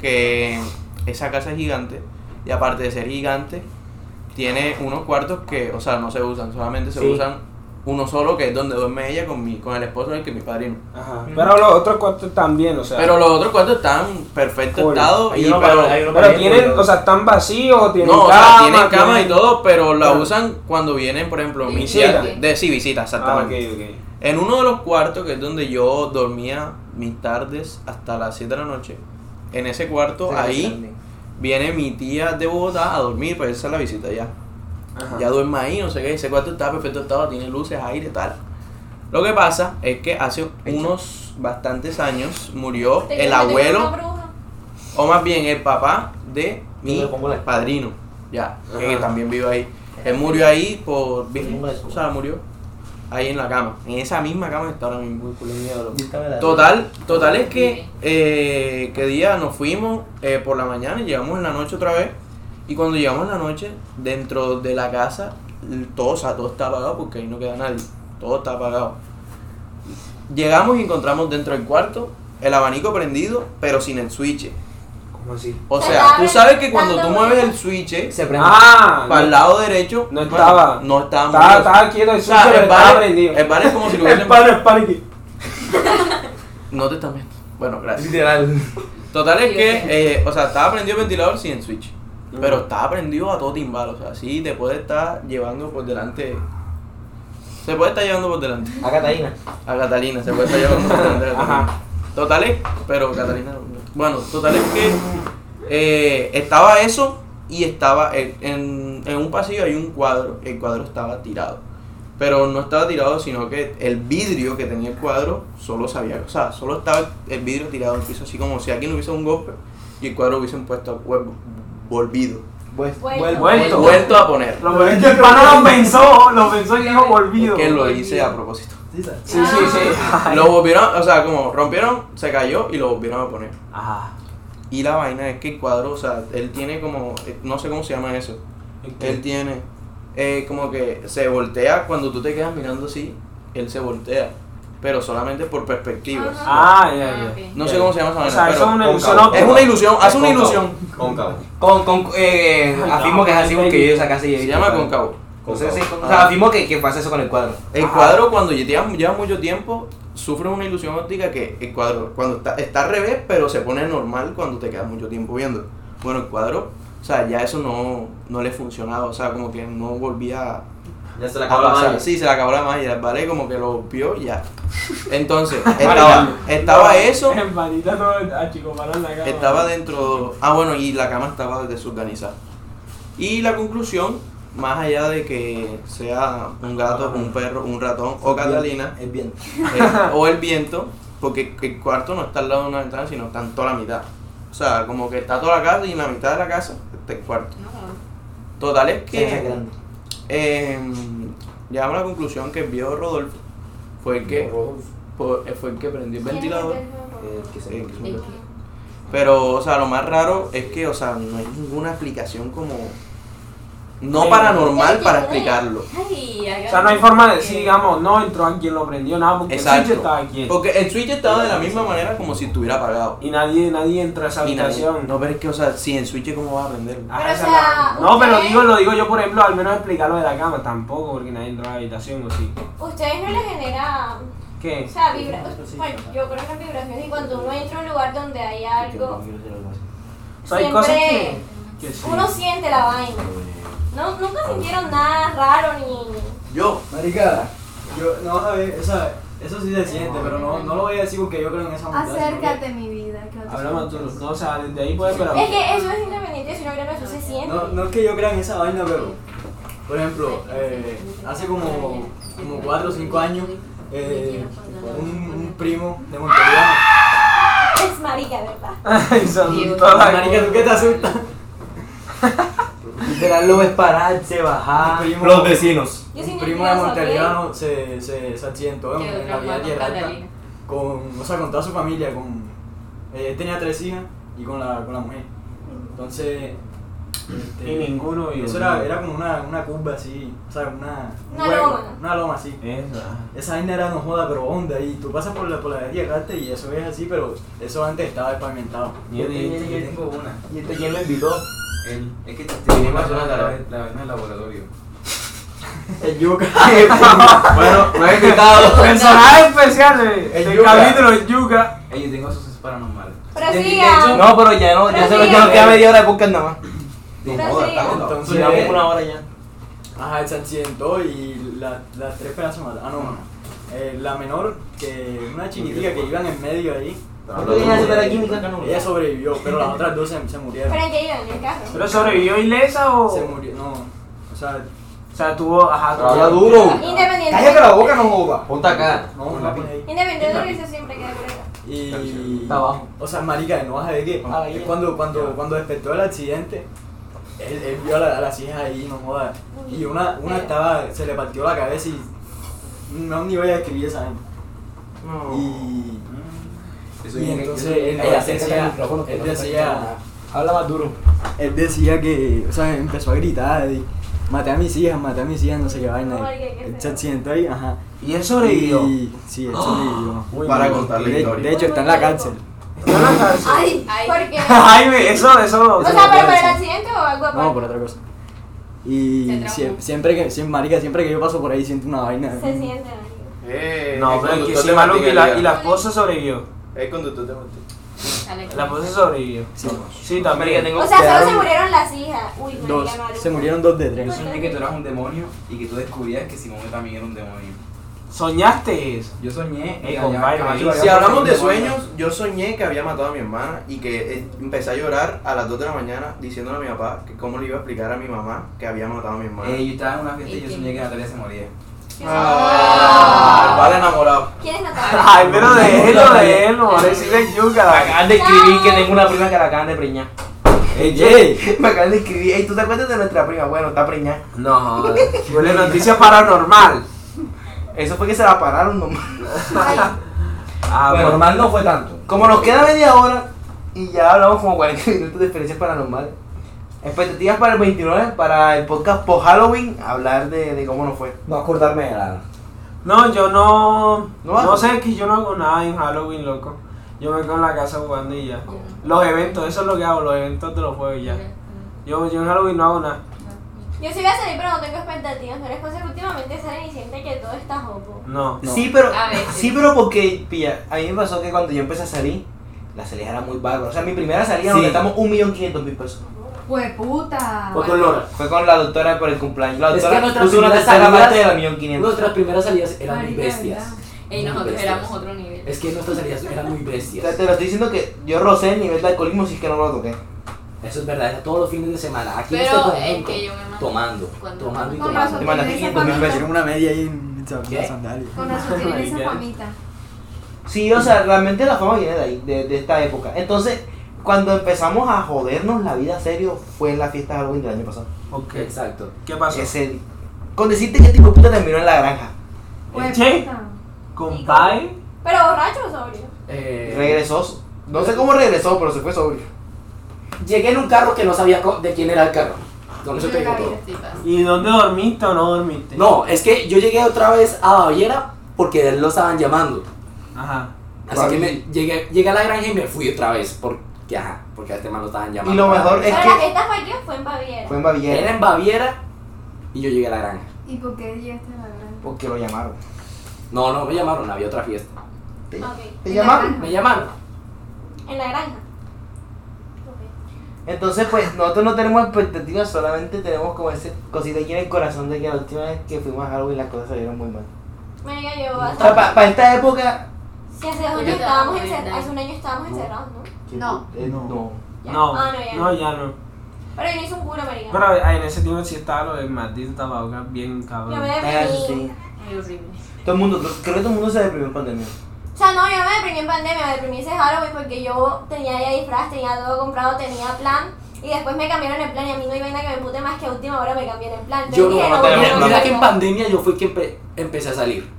que esa casa es gigante y aparte de ser gigante, tiene unos cuartos que, o sea, no se usan, solamente se Sí. usan uno solo, que es donde duerme ella con, mi, con el esposo del que es mi padrino. Ajá. Pero los otros cuartos también, o sea. Pero los otros cuartos están en perfecto Cool. estado Hay y uno para- pero, hay uno Pero tienen, o sea, están vacíos o tienen no, o sea, cama. tienen cama y todo, pero la Claro. usan cuando vienen, por ejemplo, mis Visita. tías de sí visitas, Ah, exactamente. ok, ok. En uno de los cuartos, que es donde yo dormía mis tardes hasta las 7 de la noche, en ese cuarto, ahí viene mi tía de Bogotá a dormir para irse a la visita ya. Ajá. Ya duerme ahí, no sé qué, ese cuarto está en perfecto estado, tiene luces, aire, tal. Lo que pasa es que hace unos bastantes años murió Te el quiero meter abuelo con una bruja. o más bien el papá de mi Yo me pongo la- padrino, ya, Ajá. que también vive ahí. Él murió ahí por, o sea, murió ahí en la cama, en esa misma cama que está ahora mismo. Total, total es que, eh, que día nos fuimos eh, por la mañana y llegamos en la noche otra vez. Y cuando llegamos en la noche, dentro de la casa, l- todo, o sea, todo está apagado porque ahí no queda nadie. Todo está apagado. Llegamos y encontramos dentro del cuarto el abanico prendido, pero sin el switch. ¿Cómo así? O sea, tú sabes que cuando tú mueves el switch se prende. Ah, para el no- lado derecho, no estaba. No estaba. Estaba- movido. estaba quieto el O sea, switch, pero el bar- estaba prendido. El bar es como si lo El hubiesen bar es No te están viendo. Bueno, gracias. Total es que, eh, o sea, estaba prendido el ventilador sin el switch. Pero estaba prendido a todo timbal, o sea, sí te puede estar llevando por delante. Se puede estar llevando por delante. A Catalina. A Catalina, se puede estar llevando por delante. a Catalina. Total es, pero Catalina no. Bueno, total es que eh, estaba eso y estaba el- en, en un pasillo hay un cuadro, el cuadro estaba tirado. Pero no estaba tirado, sino que el vidrio que tenía el cuadro solo sabía, o sea, solo estaba el vidrio tirado al piso, así como si alguien hubiese un golpe y el cuadro hubiesen puesto a cuerpo, volvido. Pues, Vuelto. Vuelto. Vuelto a poner. Lo volvió- el pana lo pensó, lo pensó y dijo volvido. Que lo hice a propósito. Sí, sí, sí. Lo volvieron, o sea, como rompieron, se cayó y lo volvieron a poner. Y la vaina es que el cuadro, o sea, él tiene como, eh, no sé cómo se llama eso. Él tiene, eh, como que se voltea cuando tú te quedas mirando así, él se voltea. pero solamente por perspectivas. Ah, ya, ya. No sé cómo se llama esa O vaina. sea, eso pero es una ilusión cóncavo. óptica. Es una ilusión, hace una Cóncavo. ilusión. Cóncavo. Con, con, eh, afirmo que es así porque yo sacase y Se llama cóncavo. Entonces, sí, o sea, afirmo que, que pasa eso con el cuadro. El cuadro cuando ya lleva, lleva mucho tiempo sufre una ilusión óptica que el cuadro cuando está, está al revés, pero se pone normal cuando te quedas mucho tiempo viendo. Bueno, el cuadro, o sea, ya eso no, no le funcionaba, o sea, como que no volvía a... Ya se le acabó a la pasar. magia. Sí, se le acabó la magia, el ballet como que lo vio y ya. Entonces, Marica, estaba, estaba no, eso, En manita no, a chico, para la cama. estaba dentro... Ah, bueno, y la cama estaba desorganizada. Y la conclusión, más allá de que sea un gato, un perro, un ratón o Catalina, (laughs) Es bien. eh, o el viento, porque el cuarto no está al lado de una ventana, sino está en toda la mitad. O sea, como que está toda la casa y en la mitad de la casa está el cuarto. Total es Está que grande. eh, llegamos a la conclusión que vio Rodolfo fue el que por- eh, fue el que prendió el ventilador. Eh, que se murió. Pero, o sea, lo más raro es que, o sea, no hay ninguna explicación como no Sí. paranormal para explicarlo. O sea, no hay forma de decir, digamos, no entró alguien, lo prendió, nada, porque el switch estaba aquí. Porque el switch estaba de la misma manera como si estuviera apagado. Y nadie, nadie entra a esa Y nadie- habitación. no, pero es que, o sea, si en switch, ¿cómo vas a aprender? Ah, Pero, o esa sea, es la- no, pero ustedes- digo, lo digo yo, por ejemplo, al menos explicar lo de la cama, tampoco, porque nadie entra a la habitación o sí. Ustedes no les genera. ¿Qué? O sea, vibra. Bueno, yo creo que las vibraciones y cuando uno entra a un lugar donde hay algo, O sea, hay cosas siempre que, que sí. uno siente la vaina. No, nunca sintieron nada raro ni. Yo. Marica, yo, no vas a ver, o sea, eso sí se siente, pero no, no lo voy a decir porque yo creo en esa maldad, Acércate, mi vida. que otros- Hablamos tú, no, o sea, desde ahí puedes, pero... Es que eso es independiente de si uno cree o no, eso se siente. No, no es que yo crea en esa vaina, pero por ejemplo, eh, hace como, como 4 o 5 años, eh, un, un primo de Montevideo. Es marica, ¿verdad? (laughs) Marica, ¿tú qué te asustas? Literal lo ves pararse, bajar. Un primo- Los vecinos. Yo Un soy primo de nerviosa, Montevideo se, se, se accidentó en, Quedó en la vía traumado con tierra alta Catalina. con, o sea, con toda su familia, con eh, él tenía tres hijas y con la, con la mujer. Entonces, este, Y ninguno vio. eso era, era como una, una curva así, o sea, una, un Una loma. una loma así. Esa vaina era no joda, pero onda, y tú pasas por la, por la vía tierra alta y eso es así, pero eso antes estaba despavimentado. Y él- y él- y él- tengo una. ¿Y este quién lo invitó? (laughs) Él. Es que te Tiene la más una la tarea. la vaina del laboratorio. (laughs) (laughs) El yuca. Bueno, me he (laughs) (laughs) quitado. Personajes especiales El del yuca. capítulo de Yuka. Ey, yo tengo sucesos paranormales. Prosigan. No, pero ya no, ya Pero se lo sí. ya nos queda media hora de buscar nada más. No ah. joda, está agotado. Entonces, Llevamos una hora ya. Ajá, él se accidentó y la- las tres pedazos mataron. Ah, no, no. Eh, la menor, que una chiquitica que iban en medio ahí, ella sobrevivió, pero las otras dos se, se murieron. ¿Pero en qué iban? ¿En el carro? ¿Pero sobrevivió ilesa o...? Se murió, no. O sea, O sea, tuvo... Ajá, tuvo- Habla duro. Independiente. Cállate la boca, no joda. Ponte acá. no, no la pone ahí. Independiente de lo que siempre queda por acá. Y. Está abajo. O sea, marica, no vas a ver qué. Ah, Es ya. cuando, cuando, cuando despertó el accidente, él, él vio a, la- a las hijas ahí, no jodas. Y una, una estaba, se le partió la cabeza y. No, ni voy a escribir esa vaina. Mm. Y. Y entonces Ey, él, acércate al decía, micrófono, que él no te decía, escucha nada. Habla más duro. él decía que, o sea, empezó a gritar y, maté a mis hijas, maté a mis hijas, no sé qué vaina. Él se accidentó ahí, ajá. ¿Y él sobrevivió? (laughs) Y- (gasps) sí, él Ah. sobrevivió. Uy, Para marico. contar la Eh, de, historia. de hecho, está en la cárcel. Ay, ¿por qué? Jaime, eso, eso. O sea, pero por el accidente o algo aparte. No, por otra cosa. Y siem- siempre que, siempre, marica, siempre que yo paso por ahí siento una vaina. Se siente. No, el pero conductor que sí, de Maluco, y la, Martigalía. y la esposa sobrevivió. El conductor de Martín. La esposa sobrevivió. Sí, también. O sea, solo se murieron las hijas. Uy, Dos. marica, Maru. Se murieron dos de tres. Yo soñé que tú eras un demonio y que tú descubrías que Simón también era un demonio. ¿Soñaste eso? (laughs) Yo soñé. Eh, y compadre, había- ahí. caballo, Si había- hablamos de había- sueños, yo soñé que había matado a mi hermana y que eh, empecé a llorar a las 2 de la mañana diciéndole a mi papá que cómo le iba a explicar a mi mamá que había matado a mi hermana. Eh, yo estaba en una fiesta y yo soñé que Natalia se moría. Ah, el vale enamorado. ¿Quién es Natalia? Ay, pero déjelo, Natalia. déjelo, ahora sí se yuca. Acaban de escribir que tengo una prima que la acaban de preñar. (laughs) Me acaban de escribir, ey, ¿tú te acuerdas de nuestra prima? Bueno, está preñada. No, huele noticia paranormal. Eso fue que se la pararon nomás. Ah, Bueno, bueno. normal no fue tanto. Como nos queda media hora y ya hablamos como 40 (laughs) minutos de experiencias paranormales. Expectativas para el 29, para el podcast post Halloween, hablar de, de cómo nos fue. No acordarme de nada. No, yo no. ¿No No sé que yo no hago nada en Halloween, loco. Yo me quedo en la casa jugando y ya. Los eventos, eso es lo que hago, los eventos de los juegos y ya. Yo, yo en Halloween no hago nada. Yo sí voy a salir, pero no tengo expectativas. Pero es cosa que últimamente salen y sienten que todo está jopo. No. Sí, pero, A veces. sí, pero porque, pilla, a mí me pasó que cuando yo empecé a salir, las salidas eran muy bárbaras. O sea, mi primera salida donde estamos 1.500.000 personas. Fue puta. Fue con la doctora por el cumpleaños. La Es que doctora nuestras puso una primeras tercera parte de salidas- la 1.500.000. Nuestras primeras salidas eran muy Marica, bestias. Ey, Muy nosotros bestias. éramos otro nivel. Es que nuestras salidas eran muy O sea, bestias. te lo estoy diciendo que yo rocé el nivel de alcoholismo si es que no lo toqué. Eso es verdad, era todos los fines de semana. Aquí en Pero, este ey, conjunto, que yo me mato. tomando, Cuando- tomando y Con tomando. razón Te mandaste tienes 500.000 esa pesos. Hicieron una media ahí en en las sandalias. Con razón tienen esa famita. Sí, o sea, realmente la fama viene de ahí, de, de esta época. Entonces, cuando empezamos a jodernos la vida serio, fue en la fiesta de Halloween del año pasado. Ok. Exacto. ¿Qué pasó? Ese, con decirte que este hijo de puta terminó en la granja. Che, compadre. Pero borracho o sobrio. Eh, Regresó, no sé cómo regresó, pero se fue sobrio. Llegué en un carro que no sabía co- de quién era el carro. Con eso te digo todo. ¿Y dónde dormiste o no dormiste? No, es que yo llegué otra vez a Baviera porque de él lo estaban llamando. Ajá. Así que me, llegué, llegué a la granja y me fui otra vez porque, ajá, porque a este man lo estaban llamando. Y lo mejor es Pero que- la fiesta fue aquí o fue en Baviera. Fue en Baviera. Era en Baviera y yo llegué a la granja. ¿Y por qué llegaste a la granja? Porque lo llamaron. No, no me llamaron, había otra fiesta. Ok. ¿Te llamaron? Me llamaron. En la granja. Entonces, pues, nosotros no tenemos expectativas, solamente tenemos como ese cosita aquí en el corazón de que la última vez que fuimos a Halloween las cosas salieron muy mal. Venga, yo O sea, para hasta. esta época... Si hace dos Yo años estaba estábamos muy encerrados. bien. Hace un año estábamos encerrados, ¿no? No. eh, no. No, Ah, no, ya no, no. ya no. Pero yo no hice un culo, marica. Pero ay, en ese tiempo sí estaba lo de Martín Tabauca bien Yo cabrón. me deprimí. Muy horrible. Ah, Todo el mundo, creo que todo el mundo se deprimió en pandemia. O sea, no, yo me deprimí en pandemia, me deprimí ese Halloween porque yo tenía ya disfraz, tenía todo comprado, tenía plan. Y después me cambiaron el plan y a mí no hay vaina que me pute más que a última hora me cambiaron el plan. Entonces Yo no, dije, mira, bueno, mira, no, que no. en pandemia yo fui que empe- empecé a salir.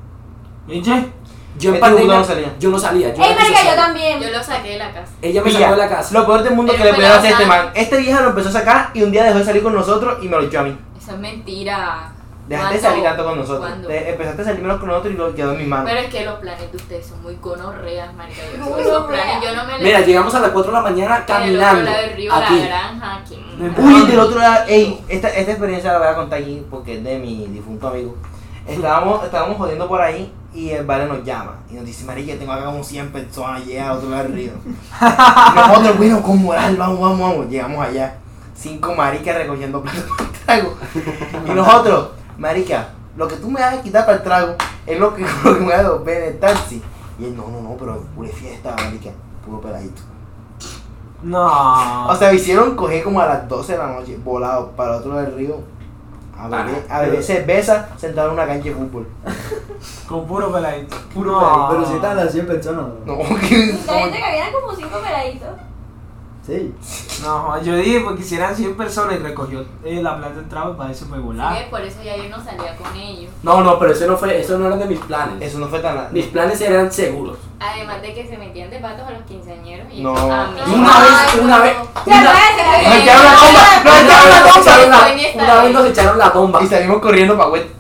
¿Vinche? Yo en Este mundo pandemia no salía. Yo no salía. Yo Ey, empecé a marica, yo salir. también. Yo lo saqué de la casa. Ella me Pilla, sacó de la casa. Lo peor del mundo Pero que le fue pudieron la hacer a este bajada. man. Esta vieja lo empezó a sacar y un día dejó de salir con nosotros y me lo echó a mí. Eso es mentira. Dejaste de ¿Cuándo? salir tanto con nosotros. ¿Cuándo? Te- empezaste a salir menos con nosotros y lo quedó en mis manos. Pero es que los planes de ustedes son muy conorreas, marica. Yo, Muy esos gonorrea. planes yo no me Mira, llegamos a las 4 de la mañana Del caminando. otro lado del río, aquí. la granja, aquí. Uy, del otro lado, ey, esta, esta experiencia la voy a contar aquí porque es de mi difunto amigo. Estábamos, estábamos jodiendo por ahí y el vale nos llama y nos dice, María, tengo acá como 100 personas allá al otro lado del río. Y Nosotros, bueno, con moral, vamos, vamos, vamos. Llegamos allá, cinco maricas recogiendo platos (laughs) para el trago. Y nosotros, marica, lo que tú me vas a quitar para el trago es lo que, (laughs) lo que me vas a devolver en el taxi. Y él, no, no, no, pero pura fiesta, marica, puro peladito. No. O sea, me hicieron coger como a las 12 de la noche, volado para el otro lado del río, a beber, a beber cerveza, sentado en una cancha de fútbol. con puro peladito. Puro no. Pero si están las 100 personas. No, (laughs) que- La gente que viene como cinco peladitos. Sí. No, yo dije porque si eran 100 personas y recogió eh, la planta del trago para eso fue volar. Así que Por eso ya yo no salía con ellos. No, no, pero eso no fue, eso no eran de mis planes. Eso no fue tan... Mis planes eran seguros. Además de que se metían de patos a los quinceañeros y No. eso a mí. Una vez, una vez. Se una- fue, se fue. Nos echaron la Nos echaron la bomba. bomba, nos echaron la bomba. Nos echaron la- Fue en esta Una vez vez. nos echaron encontraron la bomba. Y salimos corriendo para web.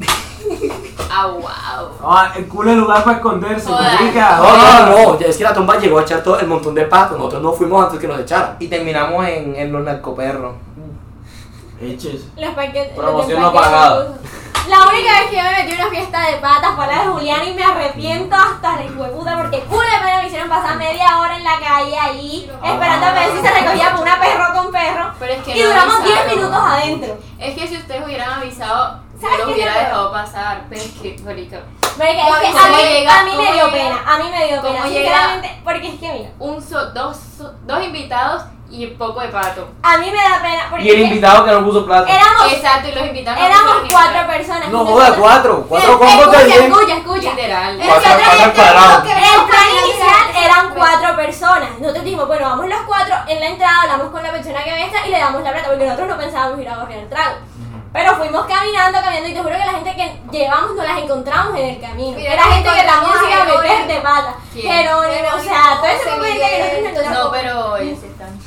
Ah, wow. Ah, el culo de lugar para esconderse, pues, Joder. marica. No, no, no, es que la tumba llegó a echar todo el montón de patos. Nosotros no fuimos antes que nos echaran. Y terminamos en, en los narcoperros. Eches. Los paquetes. Promoción los no de paquetes. pagada. La única vez que yo me metí a una fiesta de patas fue la de Julián y me arrepiento hasta la hueputa porque culo de pena me hicieron pasar media hora en la calle ahí esperando a ver si se recogía por una perro con perro. Pero es que y no duramos 10 avisaron. minutos adentro. Es que si ustedes hubieran avisado, ¿Sabes yo qué lo es hubiera lo peor? dejado pasar. Pero es que, marica. Marica, es que a ¿Cómo mí, llega- a mí me cómo dio llega- pena, a mí me dio cómo pena, llega- sinceramente, porque es que mira, Un so- dos, so- dos invitados y poco de pato. a mí me da pena porque Y el es que invitado que no puso plata. éramos, Exacto, y los invitados. éramos cuatro personas. No entonces joda, nosotros- cuatro. Cuatro combos escucha, de bien. escucha, escucha. Literal. Nosotros Cuatro en patas el cuadradas. plan inicial eran cuatro personas. Nosotros dijimos, bueno, vamos los cuatro en la entrada, hablamos con la persona que venza y le damos la plata, porque nosotros no pensábamos ir a borrar el trago. Pero fuimos caminando, caminando, y te juro que la gente que llevamos no las encontramos en el camino. Mira, Era gente que la encontramos a música a meter Jerónimo. de pata. ¿Quién? Jerónimo, o sea, todo ese tipo de gente que nosotros nos Miguel. No, pues, encontramos. pero ellos están.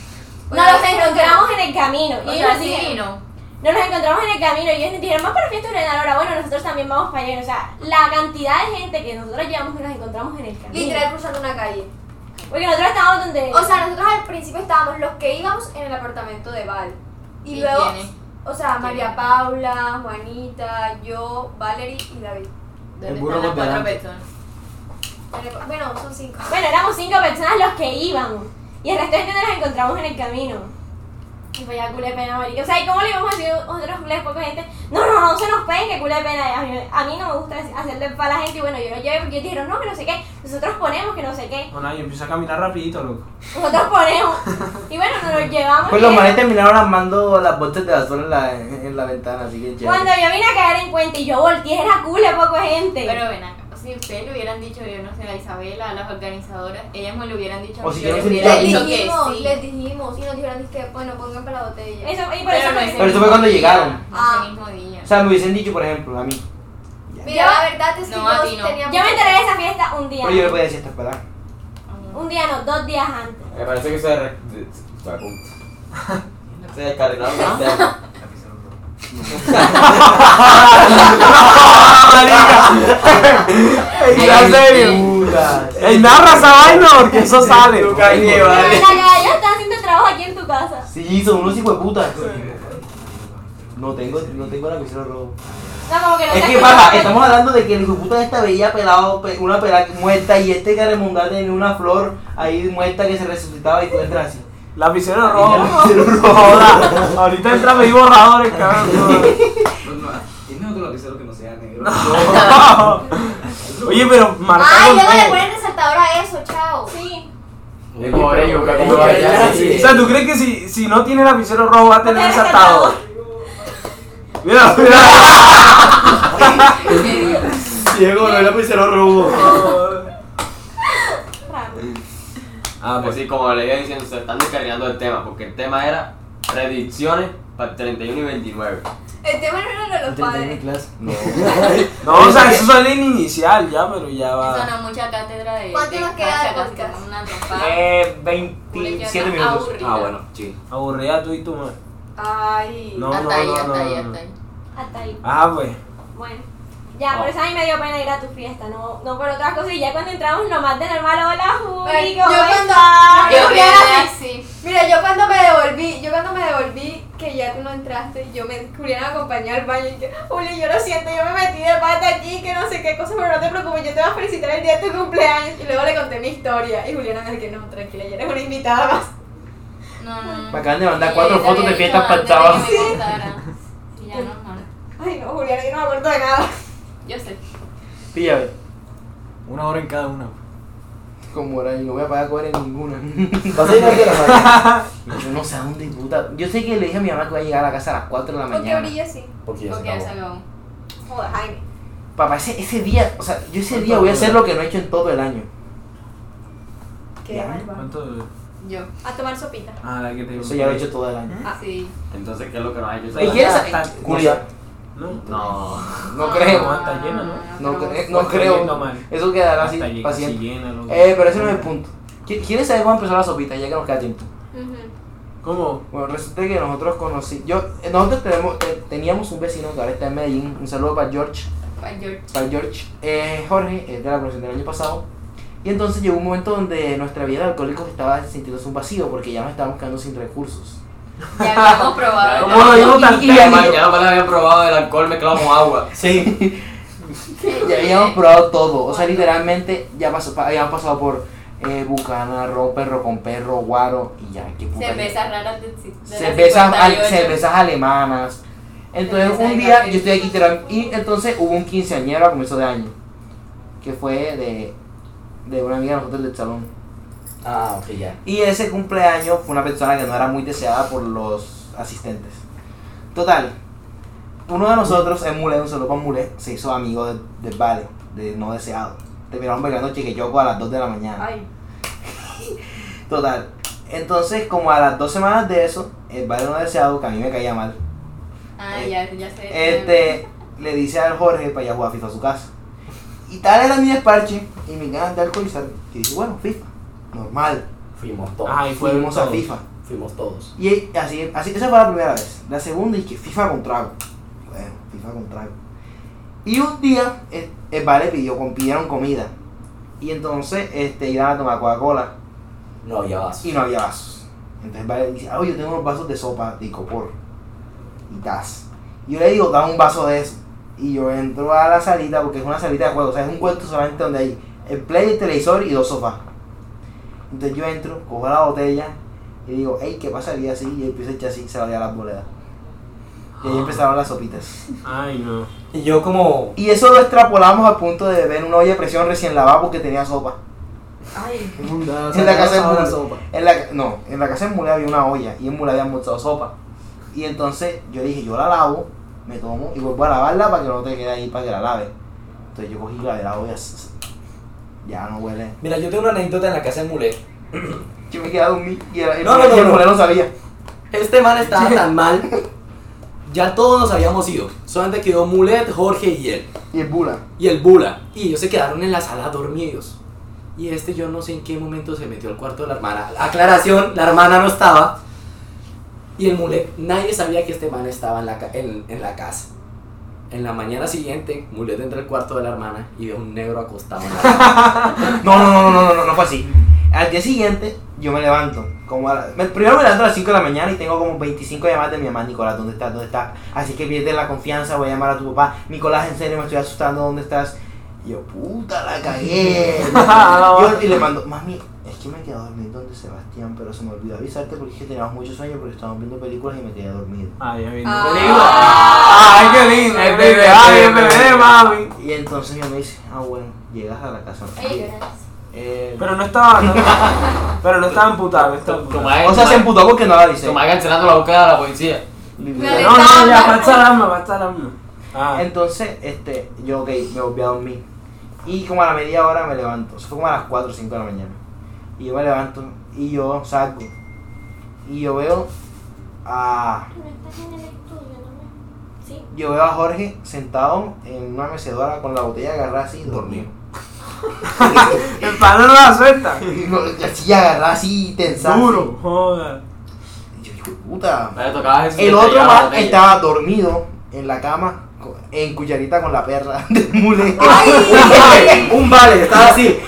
No los encontramos en el camino. O Y sea, ellos sí dijeron- y no. nos los encontramos en el camino y ellos nos dijeron, más para fiesta de ahora, bueno, nosotros también vamos para allá. O sea, la cantidad de gente que nosotros llevamos que nos encontramos en el camino. Literal cruzando una calle. Porque nosotros estábamos donde... O sea, nosotros al principio estábamos los que íbamos en el apartamento de Val. Y, ¿Y luego, quiénes? o sea, María Paula, Juanita, yo, Valerie y David. ¿Dónde burro están las con cuatro delante. personas? Bueno, son cinco. Bueno, éramos cinco personas los que íbamos. Y el resto de gente nos encontramos en el camino. Y pues ya culé pena, marica. O sea, ¿y cómo le íbamos a decir a otros culés poca gente? No, no, no, se nos peguen que culé pena. A mí, a mí no me gusta hacerle para la gente. Y bueno, yo lo llevé porque ellos dijeron, no, que no sé qué. Nosotros ponemos que no sé qué. No, nadie empieza a caminar rapidito, loco. Nosotros (laughs) ponemos. Y bueno, nos los llevamos. Pues y los eso. manes terminaron armando las bolsas de basura en la, en la ventana, así que chévere. Cuando yo vine a caer en cuenta y yo volteé, era culé poca gente. Pero ven acá. Si ustedes le hubieran dicho, yo no sé, a Isabela, a las organizadoras, ellas me lo hubieran dicho. O si yo les quieren hubiera ser dicho Les que dijimos, sí. les dijimos y nos dijeron que bueno, pongan para la botella. Eso, y por eso Pero no me- ese Pero eso mismo fue cuando día, llegaron. No Ah. ese mismo día. O sea, me hubiesen dicho, por ejemplo, a mí. Mira, la verdad es que No, a yo ti no. tenía Yo me enteré de esa fiesta un día. Pero yo le podía decir hasta esperar. Un día no, dos días antes. Me parece que se. re- Se descarrilaron los temas. (laughs) En serio. Eh, Ey, narra esa vaina porque (laughs) eso sale. Pero en la que ellos están haciendo trabajo aquí en tu casa. Sí, son unos hijos de puta. No tengo, no tengo la cuchara robo. No, como que no Es te que, escuchaba, papá, pero- estamos hablando de que el hijo de puta esta veía pelado, pe- una pelada muerta, y este caremundá tenía una flor ahí muerta que se resucitaba y tú entras así. Lapicero rojo. (laughs) Lapicero rojo. Joda. Ahorita entra mi borradores, (laughs) cabrón. Tiene otro lapicero que no sea negro. (laughs) Oye, pero marca Ay, con luego le todo. pues. ponen resaltador a eso, chao. Sí. Pobre Yuka, ¿cómo Oye, va a hallar? O sea, ¿tú crees que si, si no tiene lapicero rojo va a tener Tiene (laughs) resaltador? Mira, mira. Diego, no era lapicero robo. Ah, pues sí, como le iba diciendo, se están descargando el tema, porque el tema era predicciones para el 31 y 29. El tema este no era lo de los padres. No. No, o sea, eso es el inicial ya, pero ya Ah. Eso va. no, mucha cátedra de. ¿Cuánto de nos queda de facha, casi podcast? como Una trompada. Eh, Una 27 llama minutos. aburrida. Ah, bueno, sí. Aburrida tú y tu madre. Ay. No, no, hasta ahí, no, hasta no, ahí, no. hasta ahí. Hasta ahí. Ah, pues. Bueno. Ya, por eso a mí me dio pena ir a tu fiesta, no, no por otras cosas. Y ya cuando entramos, lo más de normal, hola, Juli, Ay, ¿cómo yo cuando- estás? Yo Yo hubiera hubiera dicho- así. Mira, yo cuando me devolví, yo cuando me devolví, que ya tú no entraste, yo me Julián me acompañó al baño y que, Juli, yo lo siento, yo me metí de pata aquí, que no sé qué cosa, pero no te preocupes, yo te voy a felicitar el día de tu cumpleaños. Y luego le conté mi historia y Juliana me dijo que no, tranquila, ya eres una invitada más. No, no, no. Me acaban de mandar Y cuatro yo te fotos de había fiestas dicho para el antes de sábado. que me contara. Y ya no, no. Ay, no, Juliana, yo no me acuerdo de nada. Yo sé. Píllame. Una hora en cada una. Como era, y no voy a pagar cobre ninguna. (laughs) ¿Vas a ir a qué, Rafael? Yo no sé a dónde, puta. Yo sé que le dije a mi mamá que voy a llegar a la casa a las 4 de la Porque mañana. brilla sí. Porque ya se Porque ya se acabó. acabó. Joder, Jaime. Papá, ese, ese día, o sea, yo ese día voy a hacer lo que no he hecho en todo el año. Qué Ya. bárbaro. ¿Cuánto? Yo. A tomar sopita. Ah, la que te Eso ya lo he hecho todo el año. Ah. Sí. Entonces, ¿qué es lo que nos ha hecho ¿Y saber? quieres Está- ¿Eh? saber? Culia. No. No. (laughs) No Ah, creo. ¿eh? está llena, ¿no? No, creo. cre- no Está yendo creo. mal. Eso quedará así, Hasta llega paciente. así llena, loco. Eh, pero ese no es el punto. ¿Qui- ¿Quieres saber cómo empezó la sopita? Ya que nos queda tiempo. Ujú. ¿Cómo? Bueno, resulta que nosotros conocí. Yo, eh, nosotros tenemos. eh, teníamos un vecino que ahora está en Medellín. Un saludo para George. Para George. Para George. Eh, Jorge, es de la promoción del año pasado. Y entonces llegó un momento donde nuestra vida de alcohólicos estaba sintiéndose un vacío porque ya nos estábamos quedando sin recursos. (laughs) Ya habíamos probado. ¿Cómo lo digo tan Y- y- y- tema? Ya no me había probado el alcohol mezclado con agua. Sí. ya habíamos probado todo. O sea, literalmente ya pasó, pa- habíamos pasado por eh, Bucana, Ro, Perro con Perro, Guaro y ya, qué puta. Cervezas raras de, de la cervezas, al- 58. cervezas alemanas. Entonces Cerveza un de día café. yo estoy aquí literal- y entonces hubo un quinceañero a comienzo de año que fue de, de una amiga de nosotros del salón. Ah, ok, ya. Y ese cumpleaños fue una persona que no era muy deseada por los asistentes. Total, uno de nosotros, es Mule, un saludo para Mule, se hizo amigo de- del vale, de no deseado. Terminaron bailando chiqueyoco a las 2 de la mañana. Ay. Total, entonces como a las dos semanas de eso, el vale no deseado, que a mí me caía mal, Ah, ya, ya sé. este, le dice al Jorge para ir a jugar FIFA a su casa. Y tal era mi desparche y mi ganas de alcoholizar. Y dije, bueno, FIFA, normal. Fuimos todos. Ajá, y fuimos a todos. FIFA. Fuimos todos. Y así, así, esa fue la primera vez. La segunda, y que FIFA con trago. Bueno, FIFA con trago. Y un día, el, el vale pidió, com- pidieron comida. Y entonces, este, iban a tomar Coca-Cola. No había vasos. Y no había vasos. Entonces, el vale dice, ah, yo tengo unos vasos de sopa de copor. Y tas. Y yo le digo, dame un vaso de eso. Y yo entro a la salita, porque es una salita de juego. O sea, es un cuarto solamente donde hay el play, el televisor y dos sofás. Entonces yo entro, cojo la botella y digo, hey, ¿qué pasaría si? Y yo empiezo a echar así, se la doy a las boledas. Y ahí empezaron las sopitas. Ay, no. Y yo como... Y eso lo extrapolamos al punto de beber una olla de presión recién lavada porque tenía sopa. Ay. En la casa de Ahora Mula. sopa. En la, no, en la casa de Mula había una olla y en Mula había mucha sopa. Y entonces yo dije, yo la lavo, me tomo y vuelvo a lavarla para que no te quede ahí, para que la lave. Entonces yo cogí la de la olla, s- s- ya no huele. Mira, yo tengo una anécdota en la casa de Mulet. (clears throat) Yo me quedé dormido y el, el, No, no, no, y el no. Mula no sabía. Este man (laughs) estaba tan mal. Ya todos nos habíamos ido. Solamente quedó Mulet, Jorge y él. Y el Bula. Y el Bula. Y ellos se quedaron en la sala dormidos. Y este yo no sé en qué momento se metió al cuarto de la hermana. Aclaración, la hermana no estaba. Y el Mulet, nadie sabía que este man estaba en la, ca- en, en la casa. En la mañana siguiente, Mulet entra al cuarto de la hermana y ve a un negro acostado (laughs) en la No, no, no, no, no, no, no, no fue así. Al día siguiente, yo me levanto. Como a la- me- primero me levanto a las 5 de la mañana y tengo como 25 llamadas de mi mamá, Nicolás, ¿dónde estás? ¿Dónde estás? Así que pierde la confianza, voy a llamar a tu papá. Nicolás, en serio, me estoy asustando, ¿dónde estás? Y yo, puta, la cagué. Yo- y le mando, mami, es que me quedé dormido donde Sebastián, pero se me olvidó avisarte porque es que teníamos mucho sueño porque estábamos viendo películas y me quedé dormido. Ay, ya Ah. Ah, Ay, qué lindo. Ay, El bebé, bebé, ay, el bebé. bebé, mami. Y entonces mi mamá dice, ah, bueno, llegas a la casa. Eh, Pero no estaba. (laughs) no- pero no estaba amputado. No estaba amputado. o sea, se emputó porque no la avisé. Tomás cancelando la búsqueda de la policía. No, no, ya, pasa la alma, pasa la alma. Ah. Entonces, este, yo, ok, me volví a dormir. Y como a la media hora me levanto. Eso fue como a las 4 o 5 de la mañana. Y yo me levanto y yo salgo. Y yo veo a, yo veo a Jorge sentado en una mecedora con la botella agarrada así, dormido. El palo no la suelta. (laughs) así agarrada así, tensado. Duro, joder. Puta. Le tocaba eso y El le otro pegaba la man botella. estaba dormido en la cama co- en cucharita con la perra (laughs) del mule. Un (laughs) (laughs) vale, (laughs) un vale, estaba así,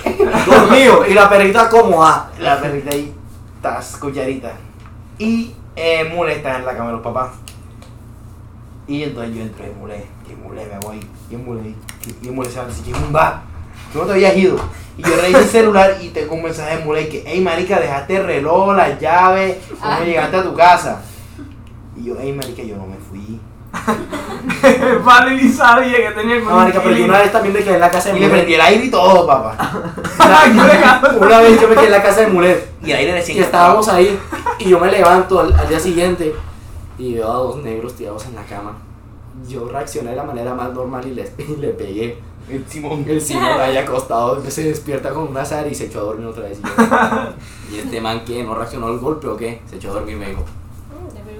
dormido, y la perrita como (laughs) ah. La perrita ahí, tas, cucharita. Y eh, Mule está en la cama de los papás. Y entonces yo entro y Mule, y Mule me voy, y Mule, y, y Mule se va a decir, ¿quién va? Tú no te habías ido. Y yo reviso el celular y tengo un mensaje de Mule que, hey marica, dejaste el reloj, las llaves, cómo Ay. llegaste a tu casa. Y yo, hey marica, yo no me fui. El palo ni sabía que tenía el No, marica, pero yo una vez también me quedé en la casa de Y le Mulet. prendí el aire y todo, papá. (laughs) Una vez yo me quedé en la casa de Mulet. Y el aire recién Y estábamos ahí y yo me levanto al, al día siguiente y veo a dos negros tirados en la cama. Yo reaccioné de la manera más normal y le, (laughs) y le pegué. El Simón. El Simón ahí acostado se despierta con una azar y se echó a dormir otra vez. Y, yo, (laughs) "¿Y este man que no reaccionó al golpe o qué, se echó a dormir, me dijo.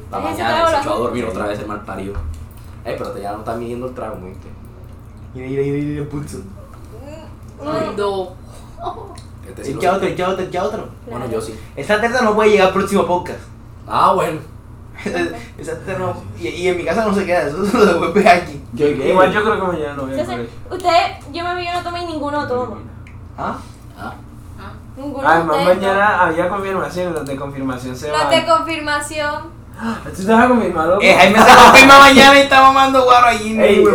La Ese trago mañana y se lo echó a hace- dormir otra vez el mal parido. Eh, pero ya no está midiendo el trago muy bien. Mira, mira, mira, mira, pulso. No. Este sí El lo que sé. Ah. otro, el que otro, el que otro. Bueno, yo sí. Esta tarta no puede llegar al próximo podcast. Ah, bueno. (laughs) Esa teta no- y, y en mi casa no se queda, eso (laughs) se lo devuelve aquí. Igual yo creo que mañana no voy a Entonces, colegio. ustedes, yo me vi, yo no tomé y ninguno tomo. ¿Ah? Ninguno de Además, ustedes Ah, mañana había confirmación, los de confirmación se toma. van. Los de confirmación. ¿Tú te vas a confirmar, loco? Eh, Jaime se confirma mañana y está mamando guaro allí. Ey, va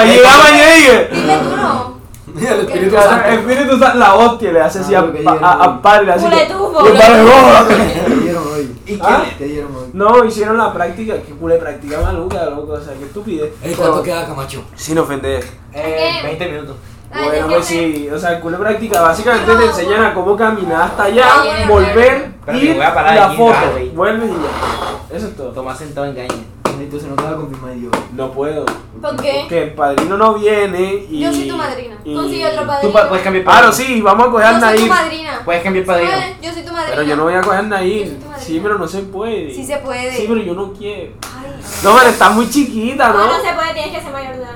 a llegar (laughs) mañana y que- Dile tú (laughs) no. El Espíritu Santo. El Espíritu Santo, la hostia, le hace así a, pa- a, a Pablo, le hace Culo de que- tubo. ¡Y el padre, ¡oh! ¿Qué dieron hoy? ¿Y ¿Ah? qué? ¿Qué dieron hoy? No, hicieron la práctica, que culé práctica maluca, loco, o sea, qué estupidez. Ey, ¿cuánto queda, Camacho? Sin ofender. Eh, 20 minutos. Ay, Bueno, yo pues sí, o sea, culé práctica, básicamente te enseñan a cómo caminar hasta allá, Ay, volver, Pero te ir, voy a parar la aquí, foto, dale. vuelves y ya. Eso es todo. Tomás sentado engaña. Entonces no te va a confirmar yo. No puedo. ¿Por qué? Porque el padrino no viene y... ¿Eh? Yo soy tu madrina. y- Consigue otro Tú padrino. pa- puedes cambiar Claro, sí, vamos a coger a Yo soy tu Nair. madrina. Puedes cambiar padrino. ¿Puedes? Yo soy tu madrina. Pero yo no voy a coger Nair. tu madrina. Sí, pero no se puede. Sí se puede. Sí, pero yo no quiero. No, pero está muy chiquita, No, ¿no? Ah, no se puede, tienes que ser mayor de edad.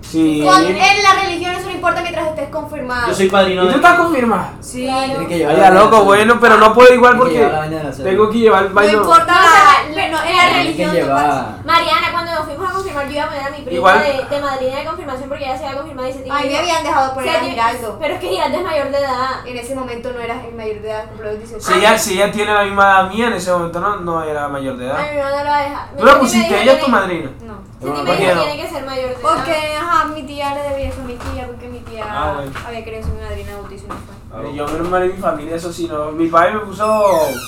Sí. Con- en la religión eso no importa mientras estés confirmado. ¿Y tú estás confirmada? Sí. que llevar Vaya la vaina loco, de- bueno, pero no puedo igual Tiene que porque llevar la vaina de la serie. tengo que llevar el No baño. importa la, la- no, en la Tiene Tiene que religión. no pasa. llevar. Mariana, cuando nos fuimos a confirmar, yo iba a poner a mi prima Igual. de, de madrina de confirmación porque ella se había confirmado y se tiene A mí me habían dejado poner Se a tiene- Giraldo. Pero es que Giraldo es mayor de edad. En ese momento no eras el mayor de edad, cumplió los 18 Si ella, si ella tiene la misma edad mía, en ese momento no, no era mayor de A edad. mi mamá no lo va a dejar. ¿Tú la pusiste? ¿Ella es tu madrina? No. No, Sentí ¿por me qué dijo no? tiene que ser mayor de edad. Porque, Pues ajá, mi tía le debía eso a mi tía, porque mi tía Ah, bueno. había querido ser mi madrina de bautizo y no fue. Yo menos mal en mi familia, eso sí, no. Mi padre me puso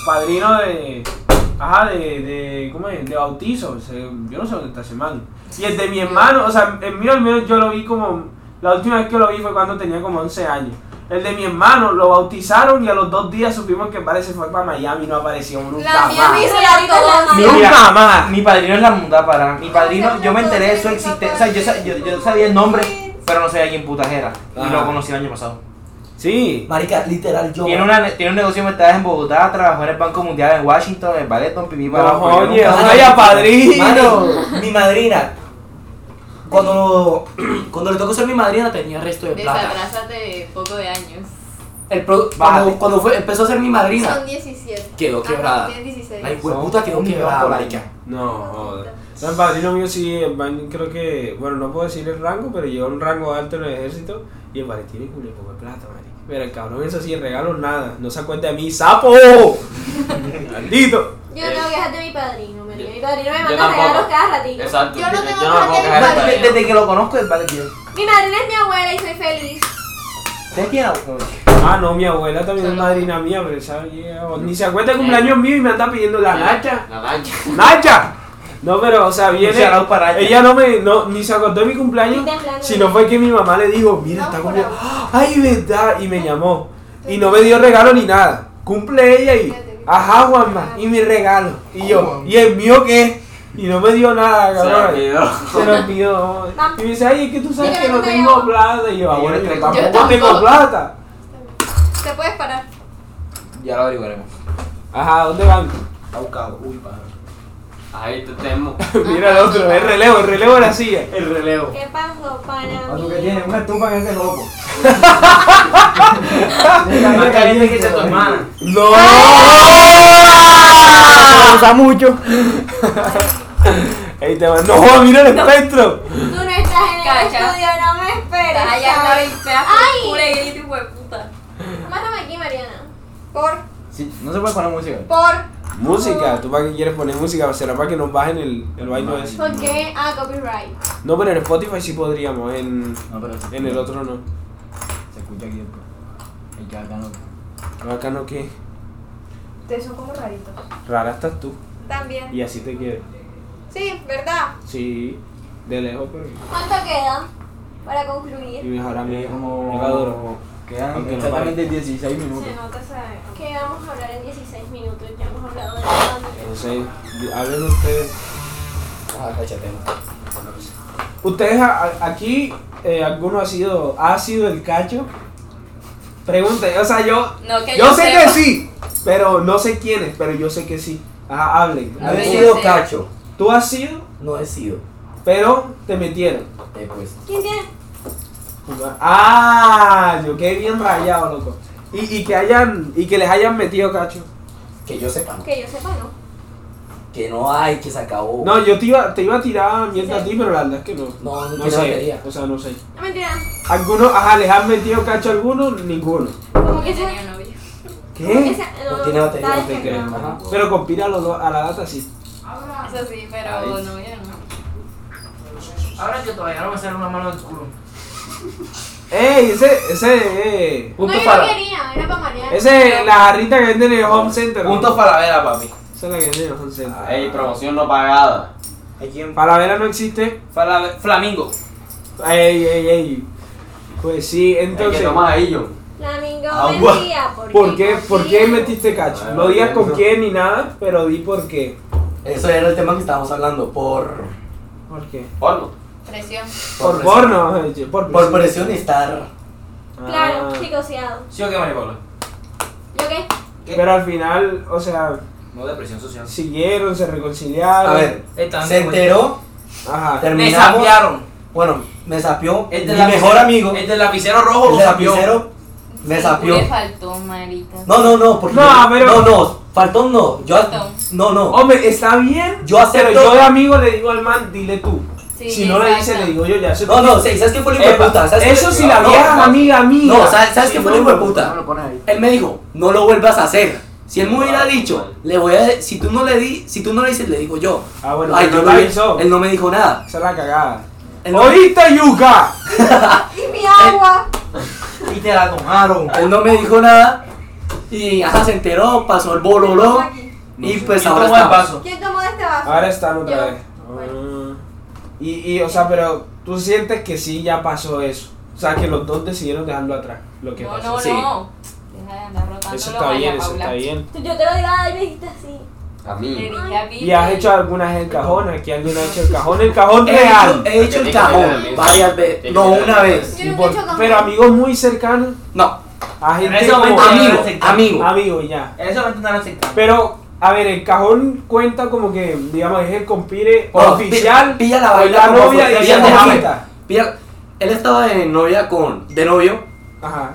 padrino de. Ajá, de. de ¿Cómo es? De bautizo. o sea, yo no sé dónde está ese man. Y el de mi hermano, o sea, el mío al menos yo lo vi como. La última vez que lo vi fue cuando tenía como 11 años. El de mi hermano lo bautizaron y a los dos días supimos que parece fue para Miami y no apareció nunca La mía más. me hizo Nunca la cosa. Ni un mamá. Mi padrino es la muda para. Mi padrino, yo me enteré de su existencia. O sea, yo, sa- yo, yo sabía el nombre, pero no sabía quién putas era. Y Ajá. lo conocí el año pasado. Sí. Marica, literal, yo. Tiene, una, tiene un negocio de metal en Bogotá, trabajó en el Banco Mundial en Washington, en Balleton, pipí para. No, pero yo oye, nunca- vaya padrino. Mano, mi madrina. Cuando, (clears throat) cuando le tocó ser mi madrina tenía resto de plata. Desabrázate poco de años. El pro- Bájate. cuando cuando fue, empezó a ser mi madrina, Son Ah, 17. quedó Ajá, quebrada. tienes 16. La Pues, puta quedó Son quebrada, un marica. No, joder. No, el padrino mío sí, el man creo que, bueno, no puedo decir el rango, pero lleva un rango alto en el ejército y el padrino tiene culo de poco de plata, marica. Pero el cabrón eso sí, regalo nada, no se acuerda de mí, (laughs) sapo. Maldito. Yo no tengo que dejar de mi padrino, María. Mi padrino me yo manda tampoco. regalos cada ratito. Exacto. Yo no tengo yo no me puedo que quejar de hacer padrino. Desde, desde que lo conozco, es Ballet. Mi madrina es mi abuela y soy feliz. ¿Ustedes tienen algo? Ah, no, mi abuela también es madrina mía, pero esa vieja, ni se acuerda de cumpleaños mío y me anda pidiendo la nacha. La lancha. ¡Nacha! No, pero, o sea, viene. saludo para ella. Ella no me. No, ni se acordó de mi Ni cumpleaños. temblando. Sino fue que mi mamá le dijo: Mira, Vamos está por cumple. agua. ¡Ay, verdad! Y me llamó. Y no me dio regalo ni nada. Cumple ella y. Ajá, Juanma. Y mi regalo. Y yo. ¿Y el mío qué? Y no me dio nada, Se cabrón. olvidó. Se lo olvidó. Y me dice: Ay, es que tú sabes Mira, que no no te tengo llamo. plata. Y yo, Yo abuelo, no yo creo. tampoco Yo tengo tampoco. plata. Te puedes parar. Ya lo averiguaremos. Ajá, ¿dónde van? Ha buscado. Uy, padre. Ahí te temo. (laughs) Mira el otro, el relevo, el relevo de la silla. El relevo. ¿Qué pasó, pana? ¿A tú que tienes? Una estufa en ese loco. Más caliente que sea tu hermana. ¡No! ¡Oh! Usa mucho. (laughs) Ahí te va. ¡No! ¡Mira el espectro! Tú no estás en el Cacha. estudio, no me esperes. Estás allá ¿sabes? en la fea, Ay. pura y grita, hijo de puta. Mátame aquí, Mariana. Por, Sí, no se puede poner música. por. Música, ¿tú para qué quieres poner música? ¿Será para que nos bajen el, el baño ese? ¿Por qué? Ah, copyright. No, pero en Spotify sí podríamos, en, No, pero en el otro no. se escucha aquí después. El que acá no. Pero acá no, ¿qué? Ustedes son como raritos. Rara estás tú. También. Y así te quiero. Sí, ¿verdad? Sí, de lejos, pero. ¿Cuánto queda para Mi concluir? mejor amigo. como- Yo la adoro. Ah, Quedan Aunque no exactamente 16 minutos. nota esa. Que vamos a hablar en 16 minutos. Ya hemos hablado de todo. Entonces, hablen ustedes. Ah, cachatemos. Ustedes a- a- aquí, eh, alguno ha sido, ha sido el cacho. Pregunte, o sea, yo, No, que yo, sé que sepa. sí, pero no sé quién es, pero yo sé que sí. Ajá, hablen. No he Ay, sido sí. cacho. Tú has sido, No he sido. pero te metieron. Eh, pues. ¿Quién tiene? Ah, yo quedé bien rayado, loco. Y, y que hayan, y que les hayan metido cacho. Que yo sepa, ¿no? Que yo sepa, no. que no hay, que se acabó. No, yo te iba, te iba a tirar mierda a ti, pero la verdad es que no. No, no no tiene sé. batería. O sea, no sé. No mentira. ¿Alguno, ajá, les han metido cacho a alguno? Ninguno. Como que tenía novio. Como que sea- no, tal No te vez creo. no. Ajá. Pero con pira a, los dos- a la gata sí. Eso sí, pero Ahí. no, ya no. Ahora yo todavía no me sale una mano del culo. ¡Ey! Ese, ese, eh. No, yo no quería, era para marear. Ese es la jarrita que venden en el home center. Puntos Palavera, papi. Esa es la que venden en el home center. Ey, promoción no pagada. Palavera no existe. Flamingo. Ey, ey, ey. Pues sí, entonces. tomas ahí, John. Flamingo Agua. vendía porque ¿Por qué, ¿Por qué cogía. metiste cacho? No digas con quién ni nada, pero di por qué. Eso era el tema que estábamos hablando, por... ¿Por qué? Porno. Presión. Por presión. porno. eh, Por, Por presión y estar... Claro, Ah. psicoseado. ¿Sí o qué, Maricola? ¿Yo qué? Pero al final, o sea, No depresión social. siguieron, se reconciliaron. A ver, se enteró, Ajá. Me terminamos. sapearon. Bueno, me sapió mi Este El del lapicero- mejor amigo. El del lapicero rojo el lo sapió. lapicero me sapió. pues. Le faltó, marica. No, no, no, porque No, pero- no, no, faltón no. Yo Faltón. no, no. Hombre, está bien. Yo acepto- Pero yo de amigo le digo al man, dile tú. Sí, si no le exacto. dice, le digo yo ya. Eso No, también- no, sí, ¿sabes qué fue lo hijo de Epa, puta? ¿Sabes qué- Eso si la No, vieja es no. amiga mía. No, ¿sabes, sabes Sí, qué fue no, el hijo de no. puta? Él me dijo, no lo vuelvas a hacer. Si él me hubiera dicho, le voy a, si tú no le di, si tú no le dices, le digo yo. Ah, bueno, Ay, pero yo no lo vi- avisó. él no me dijo nada. Esa es la cagada. Él no- ¡Oíste, Yuka! Y mi agua. Oh, Y te la tomaron. Él no me dijo nada. Y ajá, se enteró, pasó el bololo. Y pues ¿Quién ahora tomó el estamos. vaso? ¿Quién tomó de este vaso? Ahora están otra Yo. vez. Ah. Y, y, o sea, pero tú sientes que sí ya pasó eso. O sea, que los dos decidieron dejarlo atrás. Lo que No, pasó. no, Sí. no. Deja de andar rotando Eso los está bien, baños, eso está Paula. bien. Tú- Yo te lo digo y me dijiste así. A Le mí. dije a Bill. Y has hecho algunas el cajón. Aquí alguien ha hecho el cajón. El cajón He hecho, real. he hecho el cajón varias veces. No, una vez. Yo Y nunca he por- hecho cajón. pero amigos muy cercanos. No, A En gente ese momento como- no amigo, lo aceptaron. amigo. Amigo, ya. En ese momento no lo aceptaron. Pero, a ver, el cajón cuenta como que, digamos, es el compire No, Oh, oficial. pi- Pilla la o baila la como novia fue- y pilla ella la te baila. quita. Pilla- él estaba de novia con, de novio Ajá.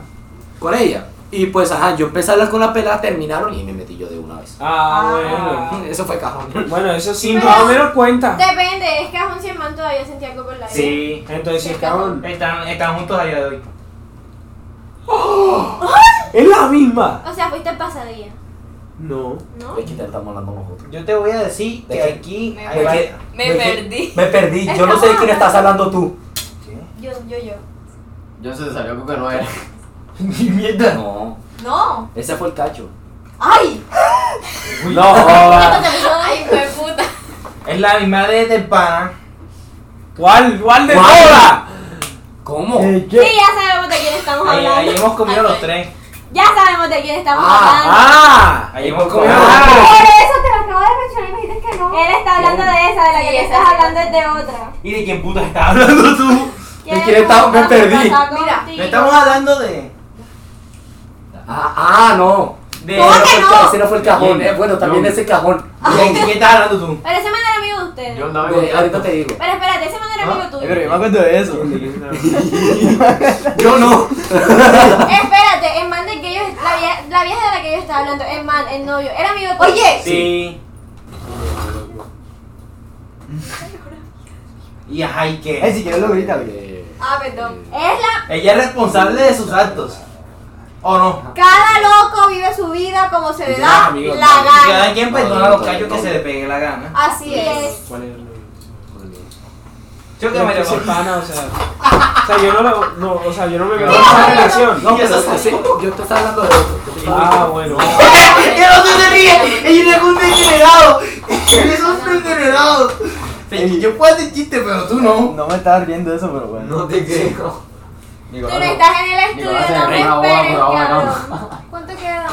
con ella. Y pues ajá, yo empecé a hablar con la pelada, terminaron y me metí yo de una vez. Ah, bueno. Eso fue (laughs) cajón. Bueno, eso sí, Pero- más o menos cuenta. Depende, es que a un man todavía sentía algo por la vida. Sí, entonces sí es cajón. Están, están juntos a día de hoy. Es la misma. O sea, fuiste al pasadilla, No. ¿no? Oye, ¿qué te estamos hablando nosotros? Yo te voy a decir ¿De que qué? aquí Me hay voy. varias- Me perdí. Me perdí, yo no sé de quién estás hablando tú. Yo, yo, yo. John se salió con que no (laughs) era. Mierda. No, ¡No! ese fue el cacho. ¡Ay! No, joda. (laughs) Ay, fue puta. Es la misma de del pana. ¿Cuál? ¿Cuál de ¿Cuál? todas? ¿Cómo? Sí, ya sabemos de quién estamos Ahí, ahí hablando. hemos comido los tres. Ya sabemos de quién estamos hablando. Ah, Ahí hemos ah, comido los tres. ah. Por eso Te lo acabo de mencionar y me dijiste que no. Él está hablando de esa, de la Sí, que tú esa estás sí. hablando es de otra. ¿Y de quién puta estás hablando tú? ¿Quién quién estaba? Me perdí. Mira, No estamos hablando de. Ah, ah, no. de ¿Cómo Ese que fue el ca- no? Ese no fue el cajón. eh, bueno, también ese cajón. ¿De quién estás hablando tú? Pero ese man era amigo de ustedes. John dame Eh, contacto. ahorita te digo. Pero espérate, ese man era amigo tuyo. Pero yo me acuerdo de eso. Yo (laughs) no. (laughs) Espérate, el man de que yo, la vieja, la vieja de la que yo estaba hablando, el man, el novio, era amigo tuyo. Oye, Sí. Y ajá, ¿y Ey, Eh, qué? si quieres lo grita, güey. Ah, perdón. Es la. Ella es responsable de sus actos. ¿O no? Cada loco vive su vida como se le Ya, da amigo, la Y cada gana. quien perdona los cachos que se le pegue la gana. Así es. ¿Cuál es? Yo que Pero me es que ese pana, o sea, Este, (laughs) o sea, yo no, la, no, o sea, yo no me meto en Mira, esa mira, relación. No, pero ese- (laughs) yo te estaba hablando de otro. yo te estaba- Ah, bueno. ¡El otro se ríe! ¡Ella es un degenerado! ¡Eres un degenerado! Feñi, Yo puedo hacer chiste, pero tú no. No me estaba riendo de eso, pero bueno. No te creo. Tú no estás en el estudio, Nicolás, no me venga, vamos, esperes, vamos, cabrón. ¿Cuánto queda?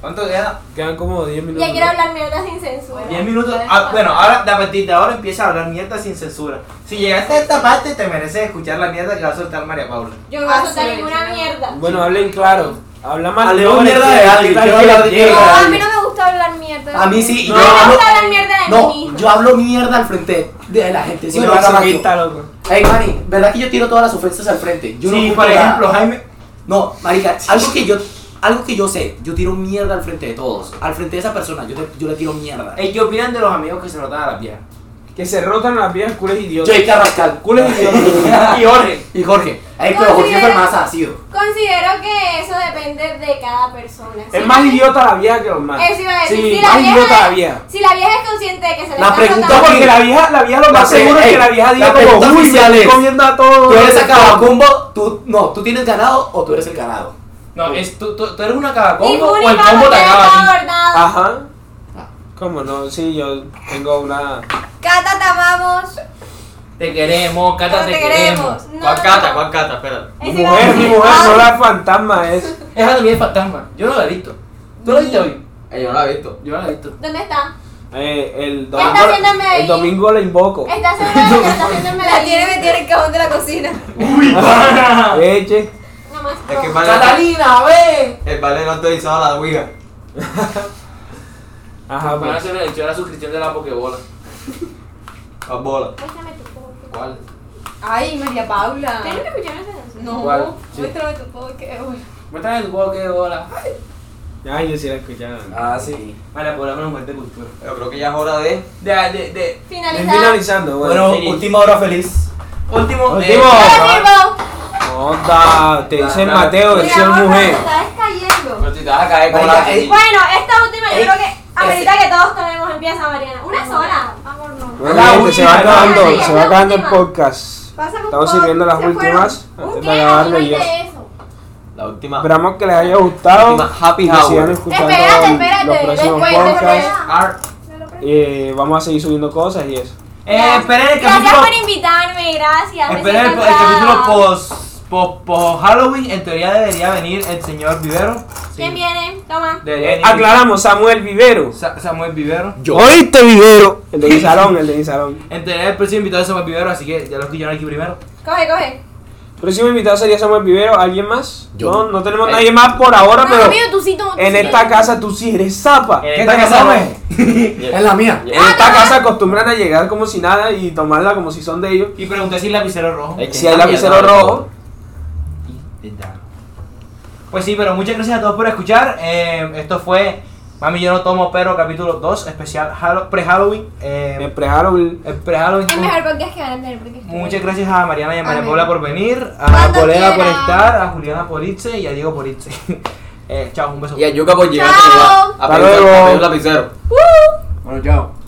¿Cuánto queda? Quedan como 10 minutos. Ya quiero hablar mierda sin censura. 10 minutos. Ah, bueno, ahora, a partir de ahora empieza a hablar mierda sin censura. Si llegaste a esta parte, te mereces escuchar la mierda que va a soltar María Paula. Yo no voy a soltar ninguna mierda. Bueno, hablen claro. Habla más Hablemos mierda de alguien, quiero hablar de No, quiero a hablar mí no me gusta hablar mierda. A mí sí. y No, yo me hablo- gusta hablar mierda de mí No, mismo. yo hablo mierda al frente de de la gente. Si Si no, no hagas quita, loco. yo. Ey, Mari, ¿verdad que yo tiro todas las ofensas al frente? Yo no sí, oculto por nada. ejemplo, Jaime. No, marica, algo que yo algo que yo sé, yo tiro mierda al frente de todos. Al frente de esa persona, yo, te- yo le tiro mierda. Ey, ¿Qué opinan de los amigos que se rotan a las viejas? Que se rotan las viejas, cules idiotas. Jake Carrascal. Cules idiotas. (laughs) y Jorge. Y Jorge. Ey, pero Jorge fue el eh. más ácido. Considero que eso depende de cada persona. Es más idiota la vieja que los más. Eso iba a decir, Sí, si la más vieja- idiota la vieja. Si la vieja es consciente de que se le La está pregunta rotando- porque la vieja, la vieja lo La más pre- seguro es ey, que la vieja diga la como, pregunta uy, oficial me es, estoy comiendo a todos. Tú eres a Cabacumbo, tú, no, tú tienes ganado o tú eres el ganado. No, es, tú, tú, tú eres una Y cagacombo o Furi el Pablo combo te queda acaba a ti. todo bordado. Ajá. ¿Cómo no? Sí, yo tengo una. Cata, te amamos. Te queremos, Cata, No te, te queremos. queremos. No, ¿Cuál no, Cata? ¿Cuál Cata? Espérate. Mi mujer, mi mujer, no la fantasma es. Esa también es fantasma. Yo no la he visto. ¿Tú la viste hoy? yo no la he visto. Yo no la he visto. ¿Dónde está? Eh, el ¿Qué está domingo, haciendo en Medellín? el domingo la invoco. (laughs) ¿Estás segura de que está haciendo en La Medellín? tiene metida en el cajón de la cocina. Eche. No más Es que no. vale- Catalina, ve. El vale no ha autorizado a la Ouija. Ajá, Van a pues. hacer la la suscripción de la Pokébola. A bola. Muéstrame tu poke. ¿Cuál? Ay, María Paula. ¿Ustedes nunca escucharon esa canción? No, ¿Cuál? Sí. muéstrame tu poke. uy. Muéstrame tu Pokébola. Ah, yo sí la escuchaba. Ah, sí. Vale, por una mujer de cultura. Yo creo que ya es hora de. De, de, de. Finalizar. Finalizando, bueno. Bueno, última hora feliz. Último. Último. eh, Hola, Bilbao. Onda, te dicen Mateo, Mi versión amor, mujer. pero te estás cayendo. Pero si te vas a caer con Marica, la. ey. Bueno, esta última yo creo que amerita que todos tenemos. Empieza, Mariana. Una sola. Amor, no. Bueno, gente, se última, va la acabando, última, se va la acabando el última. podcast. Pásame un Estamos poco, sirviendo las se últimas fueron. antes ¿Un de qué? acabarlo Aquí y no ya. hay de eso. La última. Esperamos que les haya gustado. Última Ah, happy y que hour. sigan escuchando Espérate, el- espérate, los próximos después, después. podcasts. Ar- Eh, vamos a seguir subiendo cosas y eso. Eh, esperen el Gracias capítulo. por invitarme, gracias. me Esperen el, siento el capítulo honrada. post, post, post Halloween. En teoría debería venir el señor Vivero. ¿Quién viene? Toma. Debería Eh, venir aclaramos, Samuel Vivero. Sa- Samuel Vivero. Oíste Vivero. El de mi salón, el de mi salón. En teoría el próximo invitado es Samuel Vivero, así que ya lo escucharon aquí primero. Coge, coge. Próximo invitado sería Samuel Vivero. ¿Alguien más? Yo. No, no tenemos nadie más por ahora, Mano pero mío, tú sí, tú- tú en sí. esta casa tú sí eres zapa. En En esta casa no es. (laughs) Es la mía. esta casa acostumbran a llegar como si nada y tomarla como si son de ellos. Y pregunté si el lapicero rojo. Es que Si hay esta lapicero mierda, rojo, Pues sí, pero muchas gracias a todos por escuchar. Eh, esto fue Mami Yo No Tomo Pero capítulo 2, especial Hallo- pre-Halloween. me Eh, prejaron el pre-Halloween. Es mejor porque es que van a tener porque Muchas gracias a Mariana y a María Amén. Paula por venir, a Cuando Poleda por quieran. estar, a Juliana Politze y a Diego Politze. (laughs) eh, chao, un beso. Y a Yuka por llegar a Chao. su lugar. A Hasta pedir- luego. a pedir un lapicero. Bueno, chao.